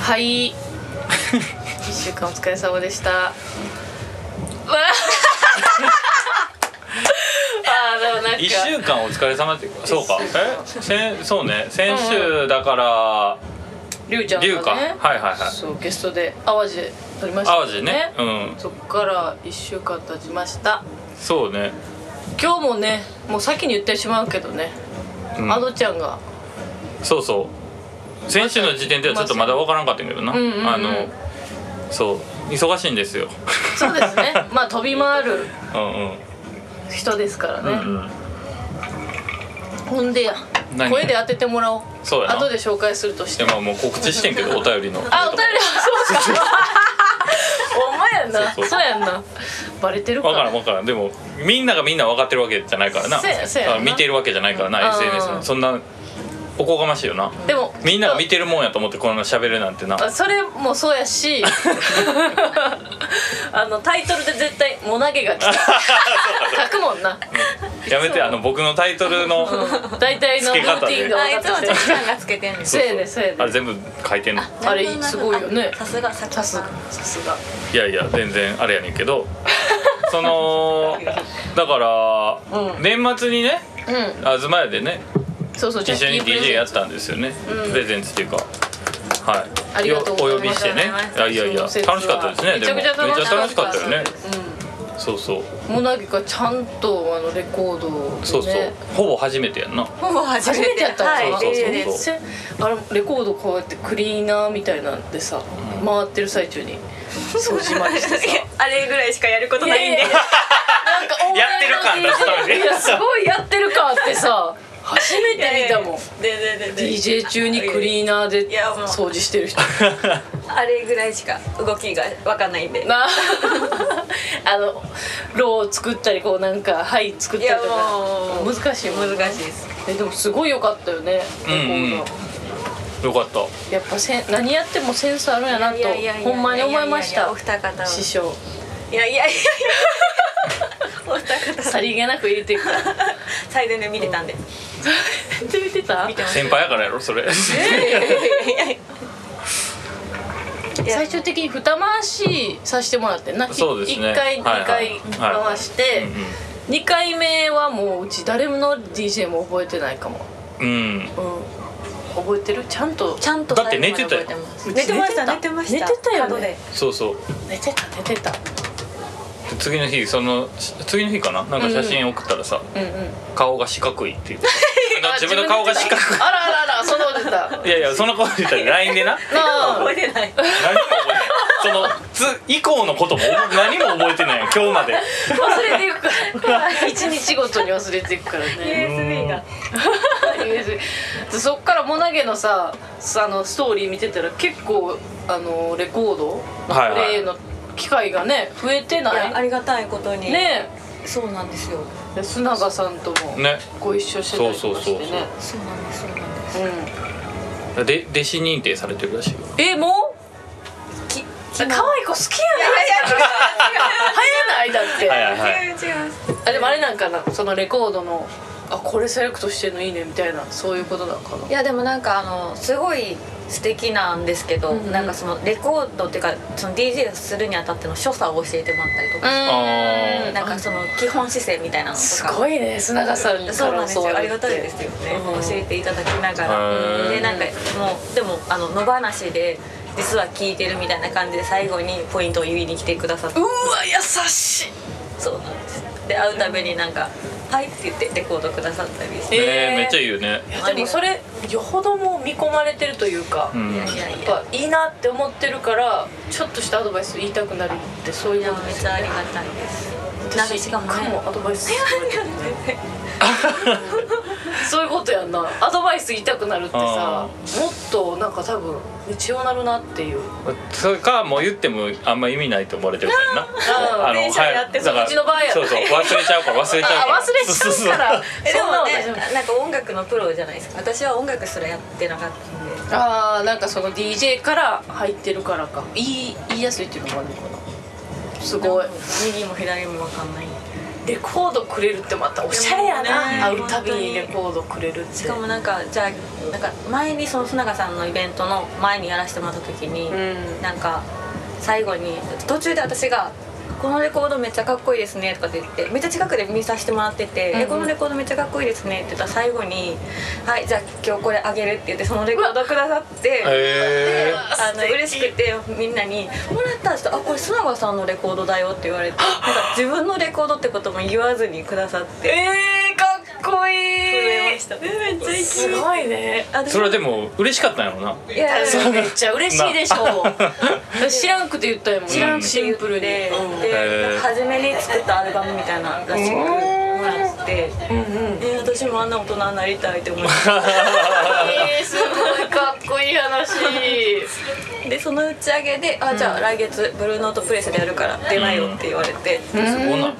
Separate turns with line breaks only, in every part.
はい一週間お疲れ様でしたわああーでもなんか
一週間お疲れ様っていうかそうかえ先そうね先週だから
りゅうちゃんがね
龍かはいはいはい
そうゲストで淡路で撮りました
淡路ねうん
そっから一週間経ちました
そうね
今日もねもう先に言ってしまうけどね、
うん
アドちゃんが
そうそう先週の時点ではちょっとまだ分からんかったけどな
うんうんうん
あのそう忙しいんですよ
そうです ねまあ飛び回る
うんうん
人ですから
う
ね、
んうん
ほんでや
何
声で当ててもらおう
そうやな
後で紹介するとして
でまあもう告知してん けどお便りの
あお便りはそうか お前やんな
そ
そうう
そう
やんなバレてるか
分かららん分からんでもみんながみんな分かってるわけじゃないからな
せやせや
だ
な
から見てるわけじゃないからな、
うん
SNS のそんなおこがましいよな
でも
みんなが見てるもんやと思ってこの喋るなんてな
あそれもそうや しあのタイトルで絶対「もなげが来 た」書くもんな
やめてあの僕のタイト ルの
大体の
付
ル
け方
ー
で
ティンが
あい
分
つ
か
も
っ
時
てて
間がつけてんねん
せやねせやね
あれ全部書いてんの
あれすごいよね
さすがさ
さ
す
す
が
がさすが
いやいや全然あれやねんけど そのだから、
うん
年末にね
うん
東屋でね
そうそう
一緒
ジャ
に
ッキープレゼン
DJ やったんですよね、
うん
プレゼンツっていうかはい
ありがとうございます
お呼びしてねいやいやいや楽しかったですね
めちゃくちゃ
でも
楽しかった
めっちゃ楽しかったよねそうそう
うんもなげがちゃんとあのレコードをね
そうそう、ほぼ初めてやんな
ほぼ初
初
め
めて
て
やったの
は
そ
い
うそうそう
レビューです
せあれレコードこうやってクリーナーみたいなんでさ、
うん
回ってる最中に掃除までしてさ
あれぐらいしかやることないんで
いやいやなんか
やってる感出したのに
いやすごいやってるかってさ初めて見たもん
でででで
DJ 中にクリーナーで
いやもう
掃除してる人
あれぐらいしか動きがわかんないんで
なあのローを作ったりこうなんか灰作っ
い
たり
や
とか
もう
難しいもん
難しいです
えでもすごい良かったよねレコード、
うんうんよかった
やっぱせん何やってもセンスあるんやなと
いやいやい
ほ
や
んまに思いまし
ややや
た
お二方は
師匠
いやいやいやいやお二方
さりげなく入れて いくから
最善で見てたんで
って見てた
見てました
先輩やからやろそれ
いやいやいや
最終的に二回しさせてもらってな
そうですね
1回
はい
2
は
回
い
回して、2回目はもううち誰の DJ も覚えてないかも、
うん、うん、
うん、覚えてるちゃんと
ちゃんと
だって寝てたよ
最後まで覚えてます
うち寝てた寝
寝てました寝てました
てたよね
角で
そうそう
寝てた寝てた
で次の日そのし次の日かななんか写真送ったらさ、
うんうん
顔が四角いって いう
あ
自分の顔が四角
あらあらあらそんなこと言った ない
いやいやそんな こと言ったら LINE でな
あ
覚えてない
何も覚えてないそのつ以降のことも覚え何も覚えてないよ今日まで
忘れていくから 一日ごとに忘れていくからね
USB が
そっからモナゲのささあのストーリー見てたら結構あのレコード
はい
のプ
はい
レイの機会がね増えて
い
な
やあ
い
りがたいことに
ね
そうなんですよ
で須永さんとも
ね
ご一緒してたりとかしてね
そうそう
そうなんですそうなんです
うん
で弟子認定されてるらしいよ
えもう
き
可
昨日
愛い子好きやない早ないだって、
はいはいはい
違う違う
あでもあれなんかなそのレコードのあこれセレクトしてんのいいねみたいなそういうことなのかない
やでもなんかあのすごい素敵なんですけど、
うんうん
なんかそのレコードっていうかその DJ をするにあたっての所作を教えてもらったりとか、
あー
なんかその基本姿勢みたいなのとか
すごいね須永さんから
そうなんです
教わ
よ
るって
ありがたいですよね、
うん
教えていただきなが
へー
らでなんかもうでもあの野放しで実は聞いてるみたいな感じで最後にポイントを言いに来てくださって
うわ優しい
そうなんですで会うたびになんか「はい」って言ってレコードくださったりして、
え
ね
ー
えめっちゃいいよね
いやでもそれよほどもう見込まれてるというか、
うん
いやいやいや
やっぱいいなって思ってるからちょっとしたアドバイス言いたくなるってそう
い
いう
や
もんで
めっ
す
ちゃありがたいですな
私一
んかしか
回
も
も
ね
アドバイスそういうことやんなアドバイス言いたくなるってさもっとなんか多分一応なるなっていう
それかもう言ってもあんま意味ないと思われてるからな
あー
電車でやって
だから
うちの場合や
そうそう忘れちゃうから 忘れちゃうから
あ忘れちゃうから
えで
そんな
も
の
ね
大丈夫
なんか音楽のプロじゃないですか私は音楽すらやってなかったんで
ああなんかその DJ から入ってるからか言い言いやすいっていうのもあるのかなすごい
右も左もわかんない
レコードくれるってまたおしゃれや
でもね
な会うたびにレコードくれるって
しかもなんかじゃあなんか前にその須永さんのイベントの前にやらせてもらった時に、
うん
なんか最後に途中で私が「このレコードめっちゃかっこいいですね」とかって言ってめっちゃ近くで見させてもらってて「
うん
えこのレコードめっちゃかっこいいですね」って言ったら最後に「はいじゃあ今日これあげる」って言ってそのレコードくださって。
え
あの嬉しくてみんなに「もらったんです」あこれ須永さんのレコードだよ」って言われてなんか自分のレコードってことも言わずにくださって
えー、かっこい
震え
い
ましたえめっちゃいい
すごいね
あ
ー、
で
それはでも嬉しかったんやろな。
いや
多分めっちゃ嬉しいでしょう知らんくて言ったやもん
知らんくて
シ
言
ン
って
プルに
で
うん
へー
初めに作ったアルバムみたいなのらしくもらって
うんうん
えー私もあんな大人になりたいって思いまし
えー、すごいかっこいい話
たでその打ち上げで「あじゃあ来月ブルーノートプレスでやるから出ないよ」って言われて、
すごいな。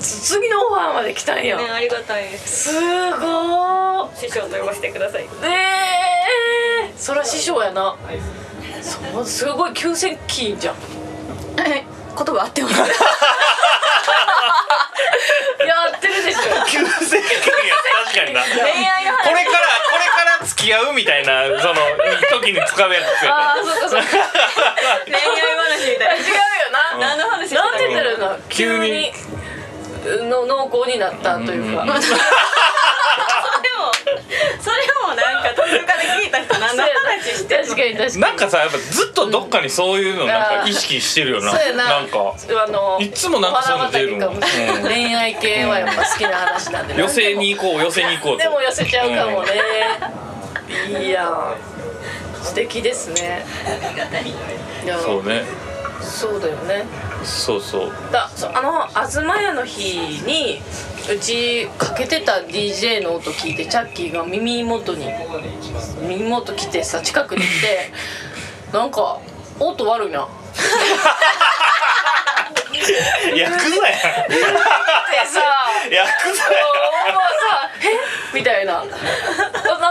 次のオファーまで来たんや
ね、ありがたいで
す
す
ごー
師匠と呼ばせてください
えー、そら師匠やなそうすごい急接近じゃん
言葉合ってます
やってる でしょ
急性期や確かにな。こ
恋愛の話
れからこれから付き合うみたいなその時に使うやつや
ああそうかそうか
恋愛話みたい
違うよな
な何の話してた
なんて言ったらいいの急
急
に
に
の濃厚になったというか、
うんうんうん
そう
それもそれもなんか途中から聞いた人何の
やな
話してんの
確かに確かに
なんかさやっぱずっとどっかにそういうのなんか意識してるよな。
そうやな
なんか
あの
いつもなんかそういうの出るもん
お花畑かも
うん
恋愛系はやっぱ好きな話なんで
寄せに行こう寄せに行こうと。
でも寄せちゃうかもね、いいやん素敵ですねいや
うん。そうね。
そうだよね
そう そう。
だそうあの東屋の日にうちかけてた DJ の音聞いてチャッキーが耳元に耳元来てさ近くに来てなんか音悪いなって
ヤクザや。
さ
ヤクザ
もうもうさ「えみたいな「あな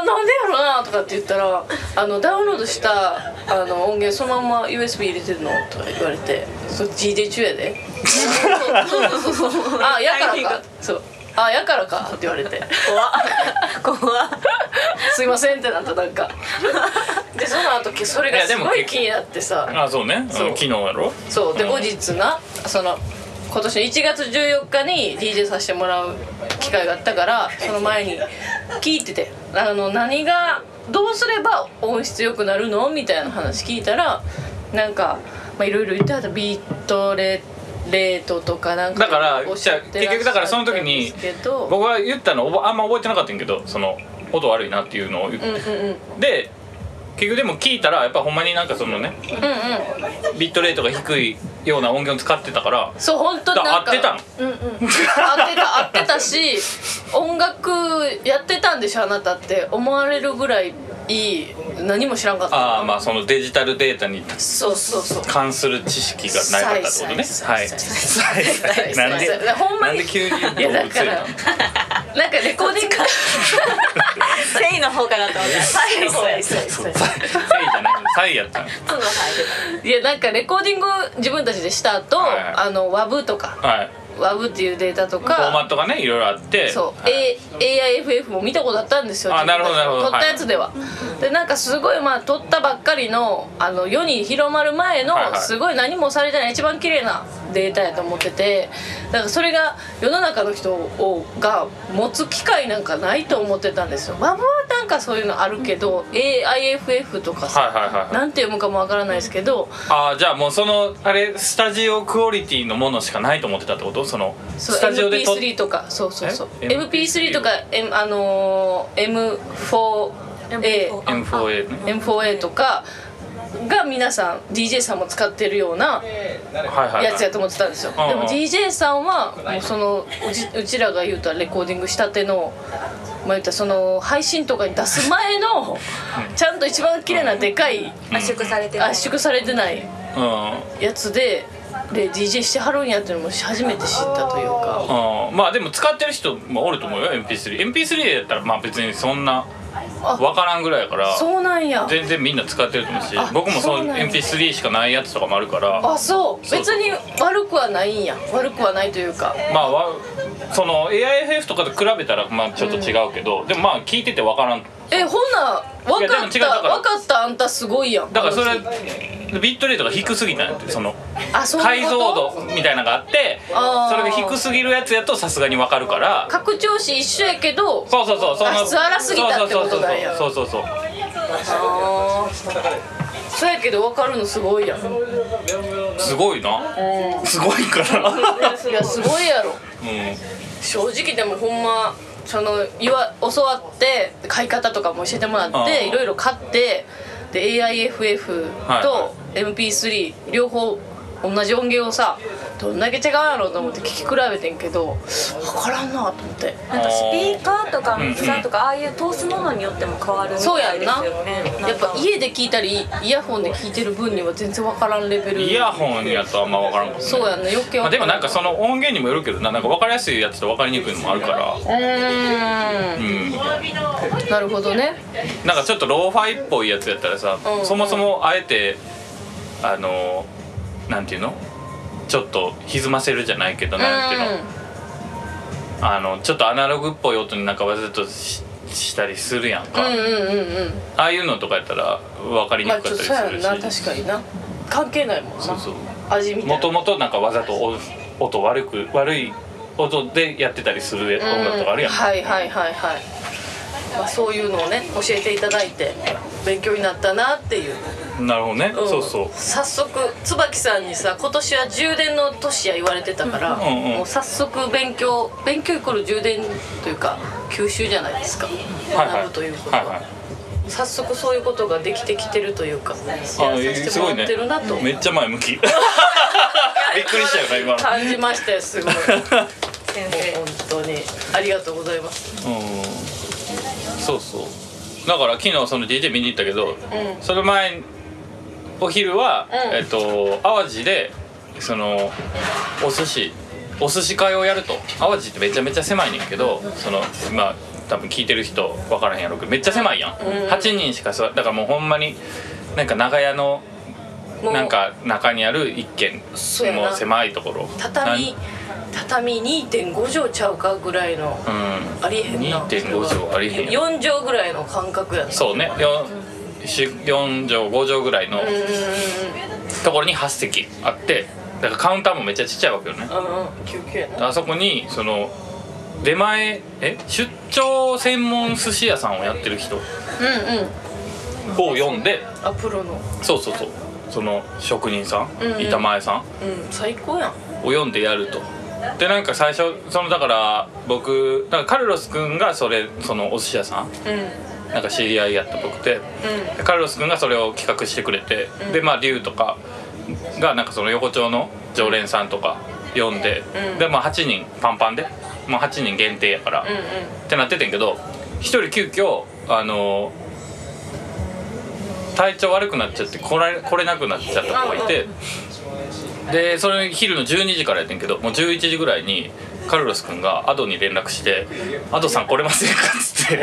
なんでやろな」とかって言ったらあのダウンロードしたあの音源そのまんま USB 入れてるのとか言われて「そっち DJ 中やで」そうそうそうそうあやか
タイミン
らか
グ」
そう「あやからか」って言われて
怖っ怖っ
「すいません」ってなったなんかでその後けそれが
いやですも
ごい気になってさ
や。あそうね。うん
そう
昨日やろ。
そうで
うん
後日なその今年の1月14日に DJ させてもらう機会があったからその前に聞いててあの何がどうすれば音質良くなるのみたいな話聞いたらなんかまあいろいろ言ってはったビートレレートとかなんか
だから
おっしゃってらっしゃ
じゃあ結局だからその時
ったんで
に
すけど
僕は言ったのおぼあんま覚えてなかったんやけどその音悪いなっていうのを言っ
うんうんうんうんうん
で結局でも聞いたらやっぱほんまになんかそのねビットレートが低いような音源を使ってたから
そう本当
だ
に
から
な
合
ん
っ
か
てたの
うんうん
合ってた合ってたし音楽やってたんでしょあなたって思われるぐらいいい何も知らんかった
ああまあそのデジタルデータに
そうそうそう
関する知識がなかったってことね
さ
はいい
さいさい
はいなん
さいさ
で
いほんま
な
に
んで急に動
いやだ
物
か
性な
ら
の
なんかレコーディング
繊維の方かなと思って繊維の方やった
そう
サイじゃないサイやったの
角が生
いやなんかレコーディング自分たちでした後、
はいはい
あの WAV とか
はい
WAV っていうデータと
フォーマ
か
ットがねいろいろあって
そう、
はい
A AIFF も見たことあったんですよ
あなるほどなるほど
撮ったやつでは、でなんかすごいまあ撮ったばっかりのあの世に広まる前の
はいはい
すごい何もされてない一番綺麗なデータやと思っててだからそれが世の中の人をが持つ機会なんかないと思ってたんですよ WAV はなんかそういうのあるけど AIFF とかさ、
はいはいはいはい
なんて読むかもわからないですけど
ああじゃあもうそのあれスタジオクオリティのものしかないと思ってたってことその
そう
スタジオで撮っ
MP3 とかそうそうそう
え
MP3 とか、M あのー M4A
M4A ね
M4A とかが皆さん DJ さんも使ってるような
はいはいはい
やつやと思ってたんですよ、
うんうん
でも DJ さんはもうそのうちうちらが言うたらレコーディングしたてのまあ言ったらその配信とかに出す前のちゃんと一番綺麗なでかい
圧縮されてる
圧縮されてない
うん
やつでで DJ してはるんやっていうのも初めて知ったというか
うんまあでも使ってる人もおると思うよ MP3MP3 やったらまあ別にそんな分からんぐらいやから
そうなんや
全然みんな使ってると思うし
あ
僕もそ
そう
う
なんや
MP3 しかないやつとかもあるから
あそう
そう
別に悪くはないんや悪くはないというか
まあわその AIFF とかと比べたらまあちょっと違うけど、でもまあ聞いてて分からん
えほんな
や
分
で
か
も
っ
違
た
うだから
分かったあんたすごいやん
だからそれはビットレートが低すぎたんやってその
あそうい
解
うこと
像度みたいなのがあって
あー
それが低すぎるやつやとさすがにわかるから
拡張子一緒やけど
そうそうそうそ
あ質荒すぎたってことなんや
そうそうそうそうそう
あーそうやけど分かるのすごいやんい
そうすごいなすごいか ら
やすごいやろ
う
正直でもほんまその言わ教わって買い方とかも教えてもら
あ
っ
あ
ていろいろ買ってで AIFF
はい
と MP3 両方同じ音源をさどんだけ違うやろうと思って聞き比べてんけど分からんなと思って
なんかスピーカーとかミキサーとかああいう通すものによっても変わるみ
そうや
た
ん
い
な
ですよね
やっぱ家で聞いたりイヤホンで聞いてる分には全然分からんレベル
んイヤホンやとあんま分からんかもね
そうやんな余計
まあ、
分
でも
ら
なんかその音源にもよるけどななんか分かりやすいやつと分かりにくいのもあるから
うー
うんん
なるほどね
なんかちょっとローファイっぽいやつやったらさ、
うん
そもそもあえてあのなんていうのちょっと歪ませるじゃないけどなんていうの,、あのちょっとアナログっぽい音になんかわざとししたりするやんか、
うんうんうんうんうん
ああいうのとかやったら分かりに
まあ
く
ち
か
ょ
っ
っと
たり
そうやんな
するし
確かにな関係ないもんな
そうそう
味みたいな
もともとなんかわざと音音悪く悪い音でやってたりする
うん
音楽とかあるやん、
はいはいはいはい、まあ、そういうのをね教えていただいて勉強になったなっていう、
なるほどね、
ん
そうそう
早速椿さんにさ今年は充電の年や言われてたから、
うんうん
もう早速勉強勉強イコール充電というか吸収じゃないですか
はいはい
学ぶということは
はいはい
早速そういうことができてきてるというかやら
あ
させてもらってるなと、
めっちゃ 前向きびっくりしたよな今の
感じましたよすごい
先
本当にありがとうございます
うんそうそうだから昨日その DJ 見に行ったけど、
ん
その前お昼は、
うん
えっと淡路でそのお寿司お寿司会をやると淡路ってめちゃめちゃ狭いねんけどそのまあ多分聞いてる人分からへんやろうけどめっちゃ狭いやん、
うん
8人しか座だからもうほんまになんか長屋の
もう
なんか中にある一軒
そうやな
もう狭いところ
畳畳2.5畳ちゃうかぐらいの
うん
ありえへんな
2.5畳ありえへんやん
4畳ぐらいの間隔やな
そうねよんし4畳5畳ぐらいの
うんうんうん
ところに8席あってだからカウンターもめっちゃちっちゃいわけよね
うんうんうん休憩やな
あそこにその出前え出張専門寿司屋さんをやってる人を
うんうん
呼んで
あプロの
そうそうそうその職人さん、
うんうん
板前さん
うん最高やん
を読んでやるとでなんか最初そのだから僕だからカルロス君がそれそのお寿司屋さん
うんうん
なんか知り合いやった僕ででカルロス君がそれを企画してくれて、
うん
でまあ龍とかがなんかその横丁の常連さんとか呼んで、
うん
でまあ8人パンパンで、まあ、8人限定やから、
うん
ってなっててんけど1人急遽あの体調悪くなっちゃって来られ来れなくなっちゃった子がいてでそれ昼の12時からやってんけどもう11時ぐらいにカルロス君がアドに連絡して「アドさん来れませんか?」っつっ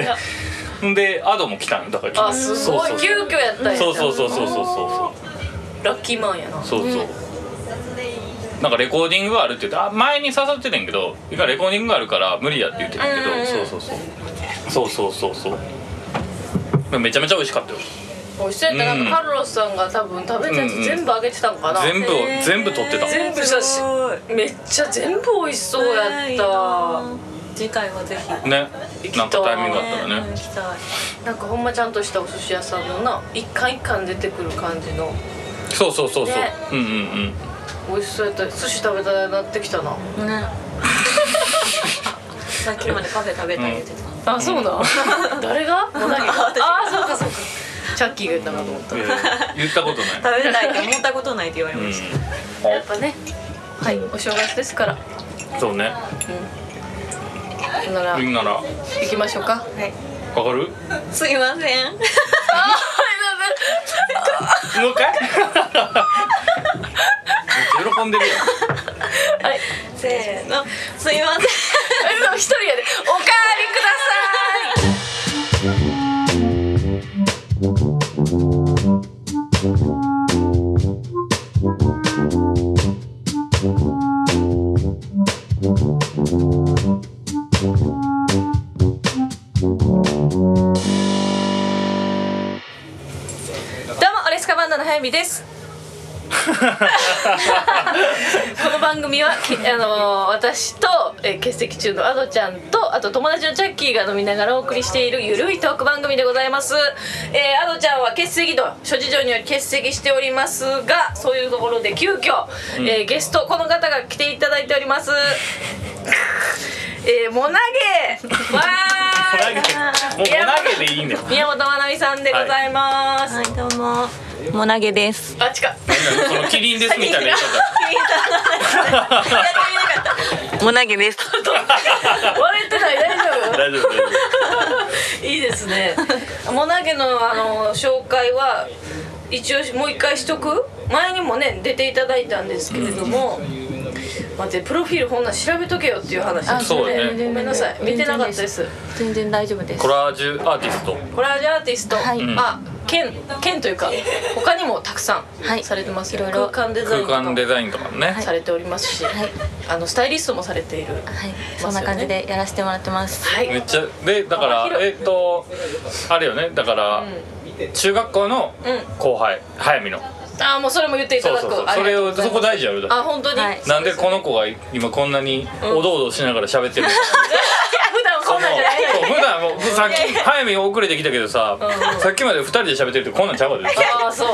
てんでアドも来たんだから
あすごい
そう
急遽やったんや
そうそうそううそうそうそうそう
ラッキーマンやな
そうそう、なんかレコーディングがあるって言ってあ前に誘ってたんやけどいやレコーディングがあるから無理やって言ってたんやけど、
うんうん
そうそうそうそうそうそうそうめちゃめちゃ美味しかったよ
おいしそうやった
うん
なんかカルロスさんが多分食べたや
うんう
つ
ん
全部あげてたんかな
全部を
へー
全部取ってた
全部写真めっちゃ全部美味しそうやった
次回はぜひ
ね
きたい
なんかタイミングあったら
うん
ね
行きたい
なんかほんまちゃんとしたお寿司屋さんのな一貫一貫出てくる感じの
そうそうそうそう、
ね
うんうんうん
美味しそうやった寿司食べたらなってきたな
ね さっきまでカフェ食べたい言ってた、
あそうな誰 がもう何が
私
あそうかそうかチャッキーが言ったなと思った
い
や
やいや言ったことない
食べたいって思ったことないって言われました、
っぱねはいお正月ですから
うんそうね
ほんなら
みんならわ
行きましょう か
はい
かるもう
すいません
一回めっちゃ喜んでるやん
はい
せーのすいません
でも一人やで「おかわりください」
「
マンダの早見です。この番組は、き あのー私と、えー欠席中のアドちゃんとあと友達のチャッキーが飲みながらお送りしているゆるいトーク番組でございます、えーアドちゃんは欠席と諸事情により欠席しておりますがそういうところで急遽、えーゲストこの方が来ていただいておりますえー、モナゲわーい
もうお投げでいいんだよ
宮本まなみさんでございます、
はいどうもモナゲです
あっちか
そのキリンですみたいな言い方
モナゲです
割れてない大丈夫
大丈夫大丈
いいですね。モナゲのあの紹介は一応もう一回しとく。前にもね出ていただいたんですけれども。待ってプロフィールこんなん調べとけよっていう話です
そうだね
ごめんなさい見てなかったです
全然大丈夫で
夫
す
コラージュアーティスト
コラージュアーティスト、
はい
まあ県県というか他にもたくさ
は
ん
い
されてます、
いろいろ
空間デザイン
空
とか
間
も
デザインとかもね、
されておりますし、
はい
あのスタイリストもされている
はいそんな感じでやらせてもらってます
はい
めっちゃでだから
幅広い
えっ、とあれよねだから、中学校の
うん
後輩、早見の
ああもうそれも言っていた
そう
だく
そうそう
あ
そ
りが
れ
とうご
を
ざいま
そ
す
こ大事やるだ
あ本当に、
はい
なんでこの子が今こんなにおどおどしながら喋って るの、
普段
そ
こんなんじゃない
のそう普段もうさっき早見遅れてきたけどさ、
うん
さっきまで2人で喋ってるってこんなんちゃうかで
あ あそ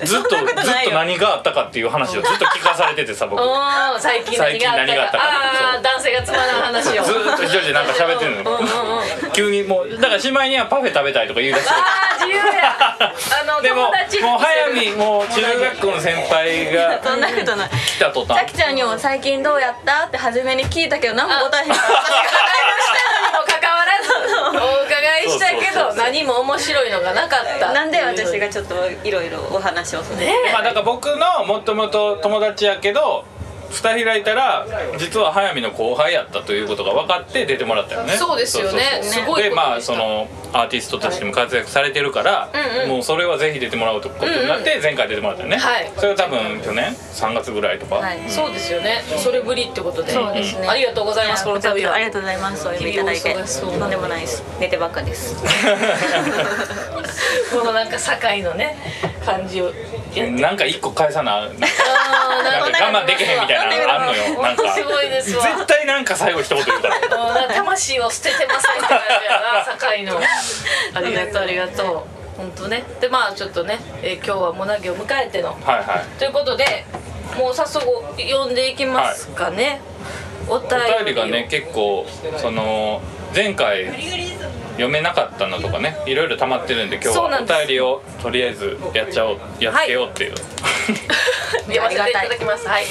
う
ずっとずっと何があったかっていう話をずっと聞かされててさ僕ず
おー最近何があったか
最近何があったか
あ
そ
あ
う
男性がつまらん話を
っと一人でなんか喋ってるの
うんうんうんあ
急にもうだからしまいにはパフェ食べたいとか言い出して
あ自由や あの
でも
友達
もう早見もう中学校の先輩が
そんなことない
来た途
さ
端
きちゃんにも最近どうやったって初めに聞いたけど何も答えへんかっ
にもかかわらずお伺いしたけ
そうそうそう
ど何も面白いのがなかった
なんで私がちょっといろいろお話をする
ねえ
まあだから僕のもともと友達やけど蓋開いたら実は早見の後輩やったということが分かって出てもらったよね
そうですよね
そうそうそう
すごいことでした
でまあそのアーティストとしても活躍されてるから、
うんうん
もうそれはぜひ出てもらおうということになって前回出てもらったよね、
はい
それは多分去年3月ぐらいとか、
はい
うん
そうですよねそれぶりってことで
そうですね
ありがとうございますこの
こちらこ
旅
そ
は
ありがとうございますお呼びいただいて
日々お忙しそう
とんでもないです寝てばっかです
このなんか堺のね感じをやって
なんか一個返さななんか
あーなんか
なんか我慢できへんみたいなのあんのよなんか
すごいですわ
絶対なんか最後一言言うから
もうなんか魂を捨ててませんって感じやな堺の ありがとうありがとう本当ねでまあちょっとね、えー今日はモナゲを迎えての
はいはい
ということでもう早速読んでいきますかね、
お
お便
便
り
り
を
がね結構その前回読めなかったのとかねいろいろ溜まってるんで今日
そうな
は
ん
お
です
便りをとりあえずやっちゃおうやっつけようっていう、
読ませていただきますはい、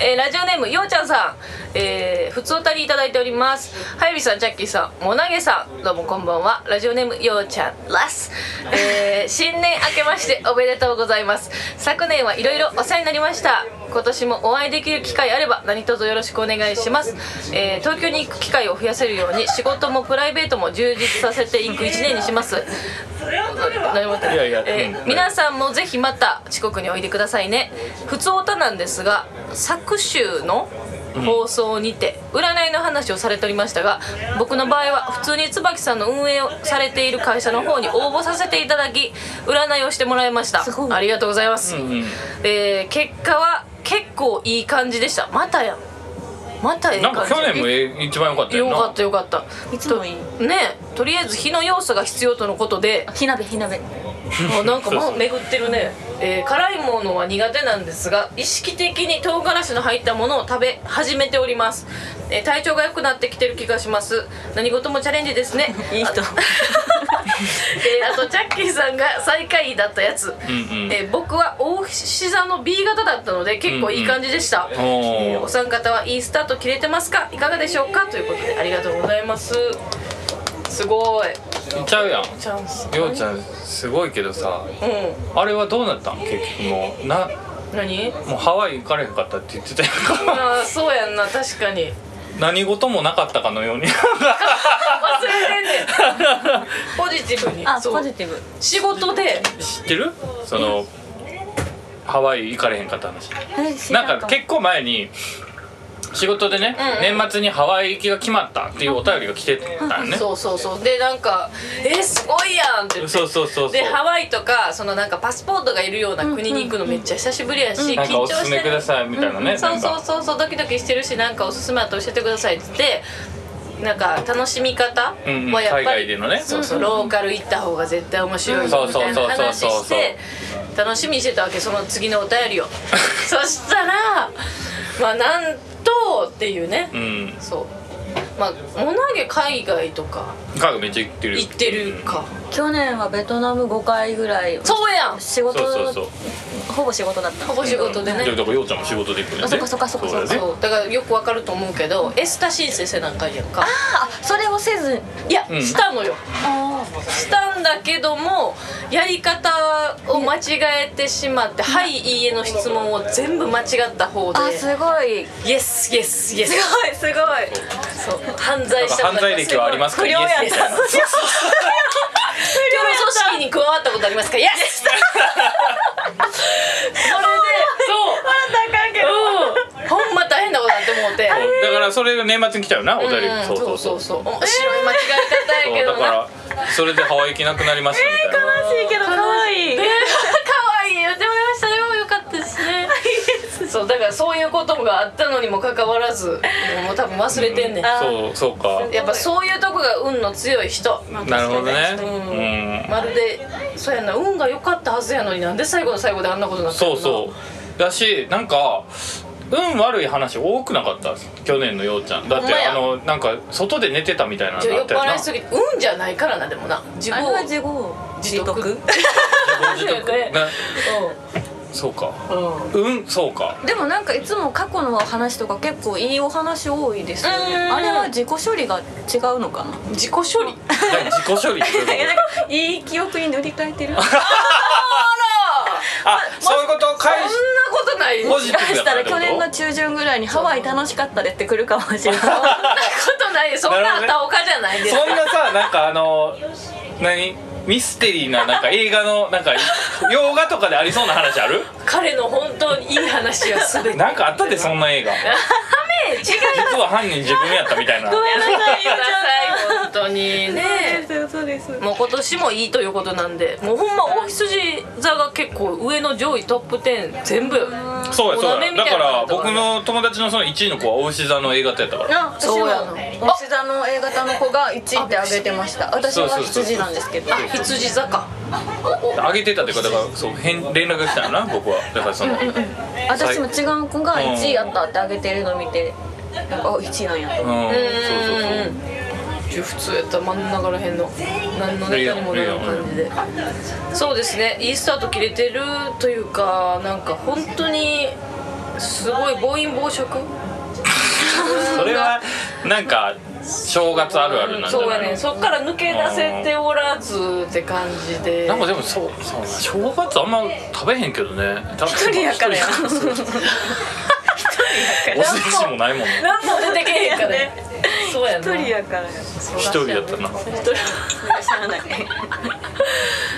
えーラジオネームようちゃんさん、えー、普通おたりいただいておりますはゆみさんチャッキーさんもなげさんどうもこんばんはラジオネームようちゃんラス、えー新年明けましておめでとうございます昨年はいろいろお世話になりました今年もお会いできる機会あれば何卒よろしくお願いします、えー東京に行く機会を増やせるように仕事もプライベートも充実させていく一年にします何も言ってない
いやいや
えー
うん
皆さんもぜひまた四国においでくださいね普通歌なんですが昨週の放送にて占いの話をされておりましたが僕の場合は普通に椿さんの運営をされている会社の方に応募させていただき占いをしてもらいました
すごい
ありがとうございます、
うんうん
えー結果は結構いい感じでしたまたやんまたええ
な
感
ん
じ
か去年もええ一番良かったよ
よ
な
かったよかった
いつもいい
ねとりあえず火の要素が必要とのことで
火鍋火鍋
あなんか
そう
も
そうう
巡ってるね、えー辛いものは苦手なんですが意識的に唐辛子の入ったものを食べ始めております、えー体調が良くなってきてる気がします何事もチャレンジですね
いい人
あえーあとチャッキーさんが最下位だったやつ、
うんうん
えー僕は大志座の B 型だったので結構いい感じでした、
うんうんおー
えーお三方はいいスタート切れてますかいかがでしょうかということでありがとうございますすごい
ちゃうやん
チャンス
ようちゃんすごいけどさ
う
あれはどうなったん結局もうなん
何
もうハワイ行かれへんかったって言ってたやん か
ああそうやんな確かに
何事もなかったかのように
忘れてんねんポジティブに
あ
そう
ポジティブ
仕事で
知ってるそのハワイ行かれへんかった話
え知ら
な
かっ
んか
た
結構前に仕事でね、
うんうん
年末にハワイ行きが決まったっていうお便りが来てたよね、
そうそうそうでなんか「えすごいやん」って言って
そうそうそうそう
でハワイとかそのなんかパスポートがいるような国に行くのめっちゃ久しぶりやし、緊
なんか
張
おす
し
す
て
め
る
くださいみたいなね、なん
そ
か
うそうそうそうドキドキしてるしなんかおすすめあったら教えてくださいっつってなんか楽しみ方
うんうん
はやっ
海
ぱ
外
り、
でのね
そうそうローカル行った方が絶対面白いよ
うん
みたいな話
そうそうそうそう
し
そう
て楽しみにしてたわけその次のお便 りをそしたらまあなんとっていうね、
うん
そうまあもなげ海外とか
家具めっちゃ行ってる
行ってるか、
去年はベトナム5回ぐらい
そうやん
仕
うん
事
そうそうそう
ほぼ仕事だったん
ほ
です
ぼ
け
仕
ど
事でね
でもだからようちゃんも仕事で行くよね
あそっかそっかそっか
そうだよね
そうだからよくわかると思うけどエスタ申請せなんかやんか
ああそれをせず
いや、
うん
したのよ
あ
したんだけどもやり方を間違えてしまって「はいいいえ」の質問を全部間違った方で
あすごい
「イエスイエスイエス」
すごいすごい
そう犯罪したこと
犯罪歴はありますか
不良やった
イエスみたいな
テロ組織に加わったことありますかイ エスそれでそう、うん、ほんま大変なことになって思うて
だからそれが年末に来たよなお便り
うん
そうそうそう
そう面白い間違い方やけ
そうだ
ど
か
な
らそれでハワイ行けなくなりましたみたいな
悲しいけど可愛い
ね可愛い言ってもらいましたでもよかったですねそうだからそういうことがあったのにもかかわらずもう多分忘れてんねん
あ
そうそうか
やっぱそういうとこが運の強い人
なるほどね
うん
うん
まるでそうやな運が良かったはずやのになんで最後の最後であんなことになってん
そ
の
うそうだしなんか運悪い話多くなかった去年のようちゃんだっ
ほん
て
まや
あのなんか外で寝てたみたいなの
じゃあ
あ
酔
っ
った
よな
払いすぎて運じゃないからなでもな自
あれは
業
自業
自得
自動自
だよ
得
ね
なそうか
うんうん
運そうか
でもなんかいつも過去の話とか結構いいお話多いですよね
うん
あれは自己処理が違うのかな
自己処理
だから自己処理ってどういうこ
いやなんかいい記憶に塗り替え てる
あら
とあそういうこと
そん
返
な
し
ことないそ
ポ
ん
ジ
な
テ
出
ィブだ
し
か
た
らっ
ら
てこと
去年の中旬ぐらいに「ハワイ楽しかったで」って来るかもし れない
ことないそんなあったおかじゃないです
そんなさなんかあの何ミステリーななんか映画のなんか洋画とかでありそうな話ある
彼の本当にいい話はすべて
なんかあったでそんな映画
違うご
実は犯人自分やったみたいな
めんなさいください本当にね
そうですそうです
もう今年もいいということなんでもうほんま大羊座が結構上の上位トップ10全部
そうやそう
お鍋
や
みた
だ
い
か
な
ら
のとか
僕の友達のその1位の子は大牛座の A 型やったから
あ私
そうや
も
な
お座の A 型の子が1位ってあげてました私は羊なんですけど
羊座か
上げてたっていうかだからそう変連絡が来たよな僕はだからそのう
私も違う子が1位やったってあげてるの見てあ1位なんやと思っ
ん
う
そうそうそう
ーん普通やったら真ん中らへんの何のネタにもなる感じでそうですねいいスタート切れてるというかなんか本当にすごい暴飲暴食
それはなんか正月あるあるなんじゃ
そう
な
や
いの
ねそっから抜け出せておらずって感じで
なんかでもそうそうな正月あんま食べへんけどね一
人やからや
お寿司もないもんね
何も出てけへんからねそうや
て
な
から
一人やったな
知らない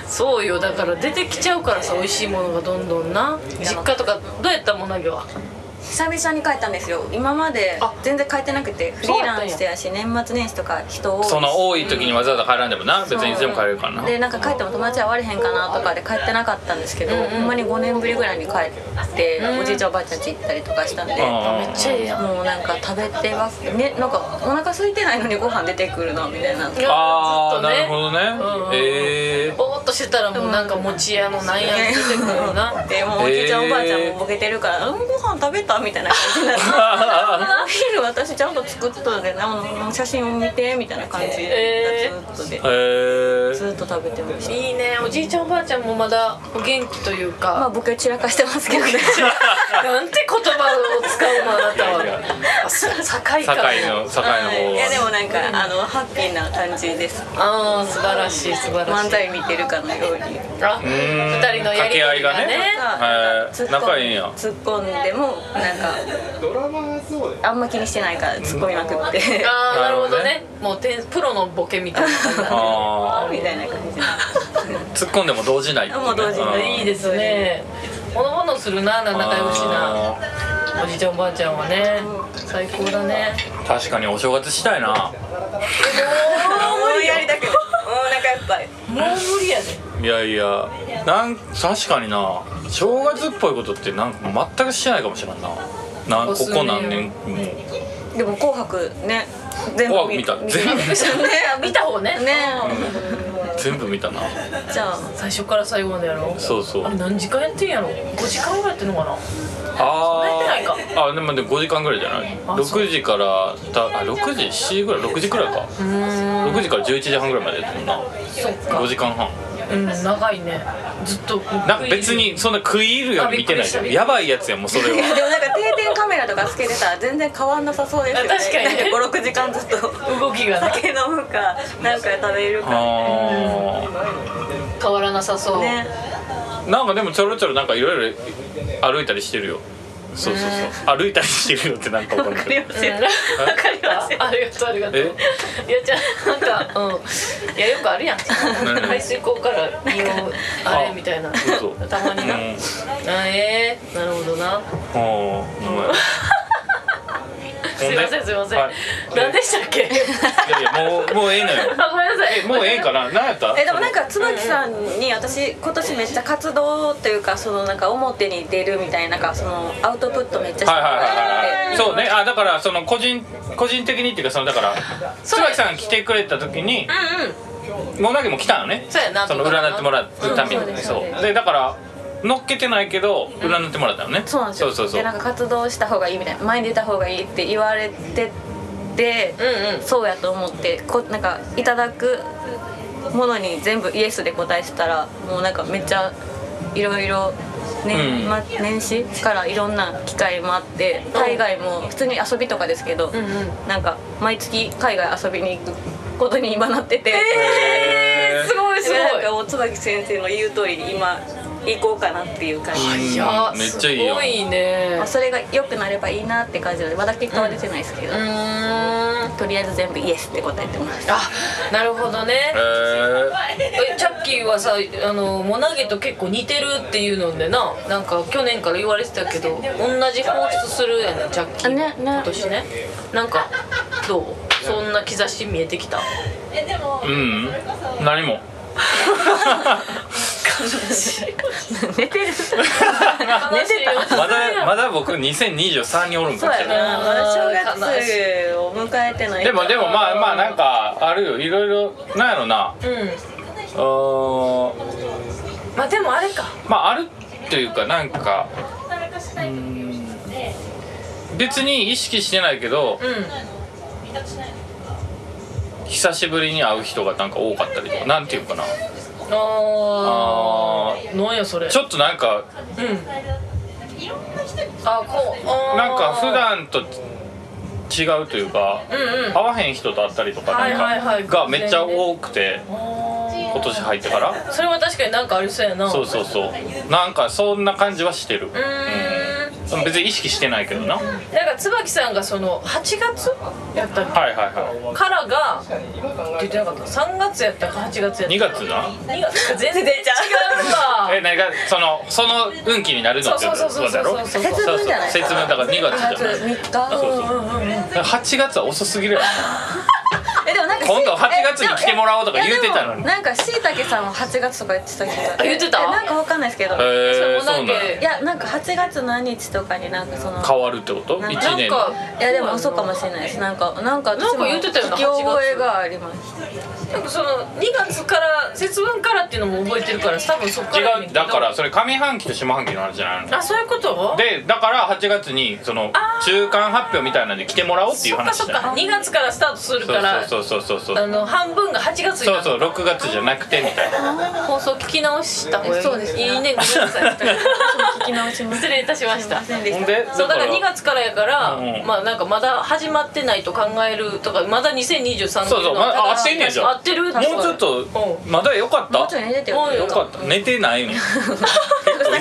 そうよだから出てきちゃうからさ美味しいものがどんどんな実家とかどうやったもんなぎは
久々に帰ったんですよ今まで
あ
全然帰ってなくてフリ
そう
ー
やった
ラ
んや
ンスやし年末年始とか人多いし
その多い時にわざわざ帰らんでもな別
そう
にいつでも帰れるからな
でなんか帰っても友達は会われへんかなとかで帰ってなかったんですけど、
うんうん
ほんまに5年ぶりぐらいに帰って、
うん
おじいちゃんおばあちゃん家行ったりとかしたんで、
あ
めっちゃいいやん
もうなんか食べてますねなんかお腹空いてないのにご飯出てくるなみたいな。
あ
ずっ
ー
と
な
ね
るほどね
うん
えー
ぼーっとしてたらもうなんか餅屋のなんや出てくるよな
でもうおじいちゃんおばあちゃんもボケてるから「うんご飯食べた?」みたいな感じになって お昼私ちゃんと作ったんであの写真を見てみたいな感じがず
えー
っとで、
えー
ずっと食べてました
いいねおじいちゃんおばあちゃんもまだお元気という
まあ
か、
僕は散らかしてますけどね
なんて言葉を使うのあなたはい
やいや
あそ堺か
堺の堺の方
いやでも
は
なんかあのハッピーな感じです
ああ素晴らしい素晴らし
漫
い
才見てるかのように
あ
うーん
二人のやりとりが
掛け合いが
ね
ね
なんか
へー仲いいんや
突っ込んでもなんか
ドラマはそうだよ
あんま気にしてないから突っ込みまくって
ああな
な
る
る
ほ
ほ
ど
ど
ね
ね
もうてんプロのボケみたいな感じだ
あ
みたいな感じで
ー突っ込んでも 動じないっていね
もう動じない
うん
いいですねほのぼのするな仲良しな
あ
おじいちゃんおばあちゃんはね最高だね
確かにお正月したいな
もう無理やりだけどもうお腹いっぱい
もう無理やで
いやいやなん確かにな正月っぽいことってなんか全くしてないかもしれんなな
お
こ
すすめ
こ何年も
でも紅白ね全
紅白見た全 部
見たね
見た方ね
ね
全部見たな
じゃあ
最初から最後までやろ
そうそう
あれ何時間やってんやろ5時間ぐらいやってんのかな
あ
そんなやって
ーあでもでも5時間ぐらいじゃない
あそう
6時からたあ6時7時ぐらい6時くらいか
う
6時から11時半ぐらいまでやってるな
そっか
5時間半
うん長いねずっと
なんか別にそんな食い入るように見てないじゃんやばいやつやんもうそれは
でもなんか定点カメラとかつけてたら全然変わんなさそうですよね
確かにね
56時間ずっと
動きがな
酒飲むかなんか食べるか
あ
変わらなさそう、
ね
ーなんかでもちょろちょろなんかいろいろ歩いたりしてるよそうそうそう歩いたりしてるよってなんかわかんないけど
うんわかりますよありがとうありがとういやじゃあなんかうんいやよくあるやん
ん
排水溝から匂うあれみたいな
そうそう
たまにな
う
あ
ん
えー、なるほどな
おーうまい
すいませんすいません、
はい
何でしたっけ
いやいやもうもうええのよ
あごめんなさい
えもうええかな何やった
えでもなんか椿さんに私今年めっちゃ活動というかそのなんか表に出るみたいななんかそのアウトプットめっちゃして
はい
も
はい
ら
はいはい、
っ
は
て
い、そうねあだからその個人個人的にっていうかそのだから椿さん来てくれた時に
うんうん
もうだけも来たのね
そうやな
その
後からな
占ってもらうために、
うんそう
そ
です
うでだから乗っけてないけど占ってもらったのね、
そうなんですよ
そうそう
でなんか活動した方がいいみたいな前に出た方がいいって言われてて、
うんうん
そうやと思ってこなんかいただくものに全部イエスで答えてたらもうなんかめっちゃいろいろ年,、
うん
ま、年始からいろんな機会もあって海外も普通に遊びとかですけど、
うんうん
なんか毎月海外遊びに行くことに今なってて、
へー
すごいすごい
なんかもう椿先生の言う通りに今行こうかなっていう感じ
うん
いや
めっちゃいいやん
すごいね
まあ、それが良くなればいいなって感じなのでまだ結果は出てないですけど、
うーん
とりあえず全部イエスって答えてます
あなるほどね
えー、
えチャッキーはさあのモナゲと結構似てるっていうのでななんか去年から言われてたけど同じ放出するやねんチャッキー
あねね
今年ねなんかどうそんな兆し見えてきた
うん何も
悲しい
寝てる
悲しいよ
まだまだ僕2023におるんか
そう
もし
や
れない
なまだ正
悲し
月を迎えてない
でもでもまあまあなんかあるよいろいろなんやろな
うん
うーん
まあでもあれか
まああるっていうかなんかうーん別に意識してないけど
うん
久しぶりに会う人がなんか多かったりとかなんていうかな
あ
あ
ーなんやそれ
ちょっとなんか
うんあこうあー
なんか普段と違うというか
うんうん
会わへん人と会ったりとか
はいはいは
ないんかがめっちゃ多くて今年入ってから
それは確かになんかありそうやな
そうそうそうなんかそんな感じはしてる
うーん
うん別に意識してないけどなはい
なんか椿さんがその8月やったっ
はいは
けからが出てなかった3月やったか8月や
い2
った
月な
2月か全然違うか
え何がそのその運気になるのって
そうそうそうそう
だろ
そう
節分じゃない
節分だから2月じゃない
3
そ
日
う
うんうんうん
8月は遅すぎるやろ
えでもなんか
今度8月に来てもらおうとか言うてたのに
いやでもなんかしいたけさんは8月とか言ってたけど
あ言ってた
えなんかわかんないですけど
へー
それも
そう
なか
なんんや
いやなんか8月何日とかになんかその
変わるってこと
なんか
1
なん
年
か
いやでもそうかもしれないですなんかなんか
なんか言ってたよな
聞き覚えがあります
なんかその2月から節分からっていうのも覚えてるから多分そっからやねん
違う
けど
だからそれ上半期と下半期の話じゃないの
あそういうこと
でだから8月にその中間発表みたいなんで来てもらおうっていう
そっか
話
そっ
じゃ
か
ない
2月からスタートするから
そうそうそうそうそ
あ
う
の半分が8月に
そ
な
う
る
そう6月じゃなくてみたいな
放送聞き直した方がいい
そうですね
いいねごめんな さい
聞き直します
失礼いたしました
すいませんで
ほ
し
ん
た
で
そうだから2
だから
月からやから、
うんうん
まあなんかまだ始まってないと考えるとかまだ2023年の
そうそうまあ合ってんねやじゃん
合ってる
もうちょっとまだよかっ
もうちょ
た
い寝てて
もう
よかった寝 てないね結構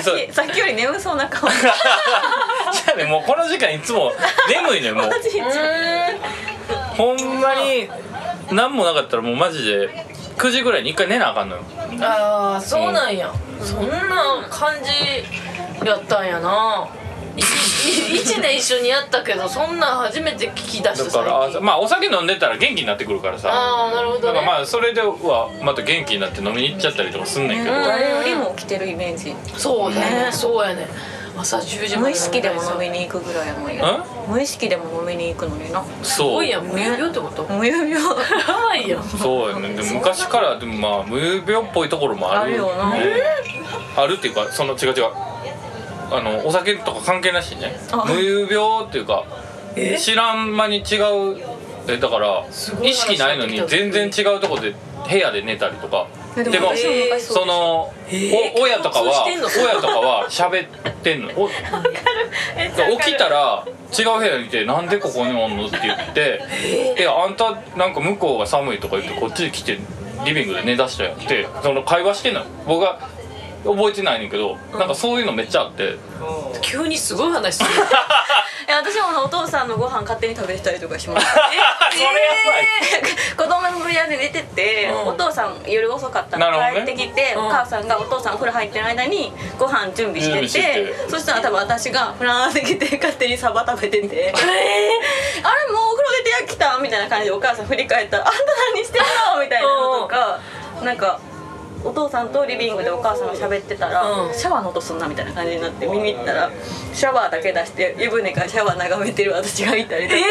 さ
急
っ
い
きさっきより眠そう な顔
じゃあねもうこの時間いつも眠いねもうほんまに何もなかったらもうマジで9時ぐらいに一回寝なあかんのよ
ああそうなんや、そんな感じやったんやな1年一緒にやったけどそんなん初めて聞き出した
だから
最
あ
近
まあお酒飲んでたら元気になってくるからさ
ああなるほ
だ
ど
か
ね
らまあそれではまた元気になって飲みに行っちゃったりとかすんねんけど、
うん
誰よりも来てるイメージ
そうだね
ね
そうやね朝10時まで
無意識でも飲みに行くぐらいやもんや無意識でも飲みに行くのにな
す
そ
ご
う
いやん無病ってこと
無有病
やばいやん
そうやねでも昔からでもまあ無病っぽいところもある
あるよな
ねあるっていうかその違う違うあのお酒とか関係なしにね
あ
無病っていうか
え
知らん間に違うえだから
ごい話
意識ないのに全然違うとこで部屋で寝たりとか
えでも私も昔そう
その、
えー
お親とかは
共通してんの
親とかは喋ってんのお起きたら違う部屋にいて「なんでここにおんの?」って言って「いやあんたなんか向こうが寒いとか言ってこっちに来てリビングで寝だしたやん」ってその会話してんの僕が覚えてないねんけどなんかそういうのめっちゃあって
急にすごい話す る
え私もお父さんのご飯勝手に食べたりとかしま す
それやばい
子供の部屋で寝てて、
うん
お父さん夜遅かったか
な
ら
る
帰
ほ
っ
どね
てきて、
うん
お母さんがお父さんお風呂入ってる間にご飯準備してて
準備してて
そしたら多分私がフランス来て勝手にサバ食べてて、あれもうお風呂出てきたみたいな感じでお母さん振り返ったら「あんた何してんの?」みたいなのとか、なんか。お父さんとリビングでお母さんが喋ってたら、
うん
シャワーの音すんなみたいな感じになって見に行ったらシャワーだけ出して湯船からシャワー眺めてる私がいたりとか、
や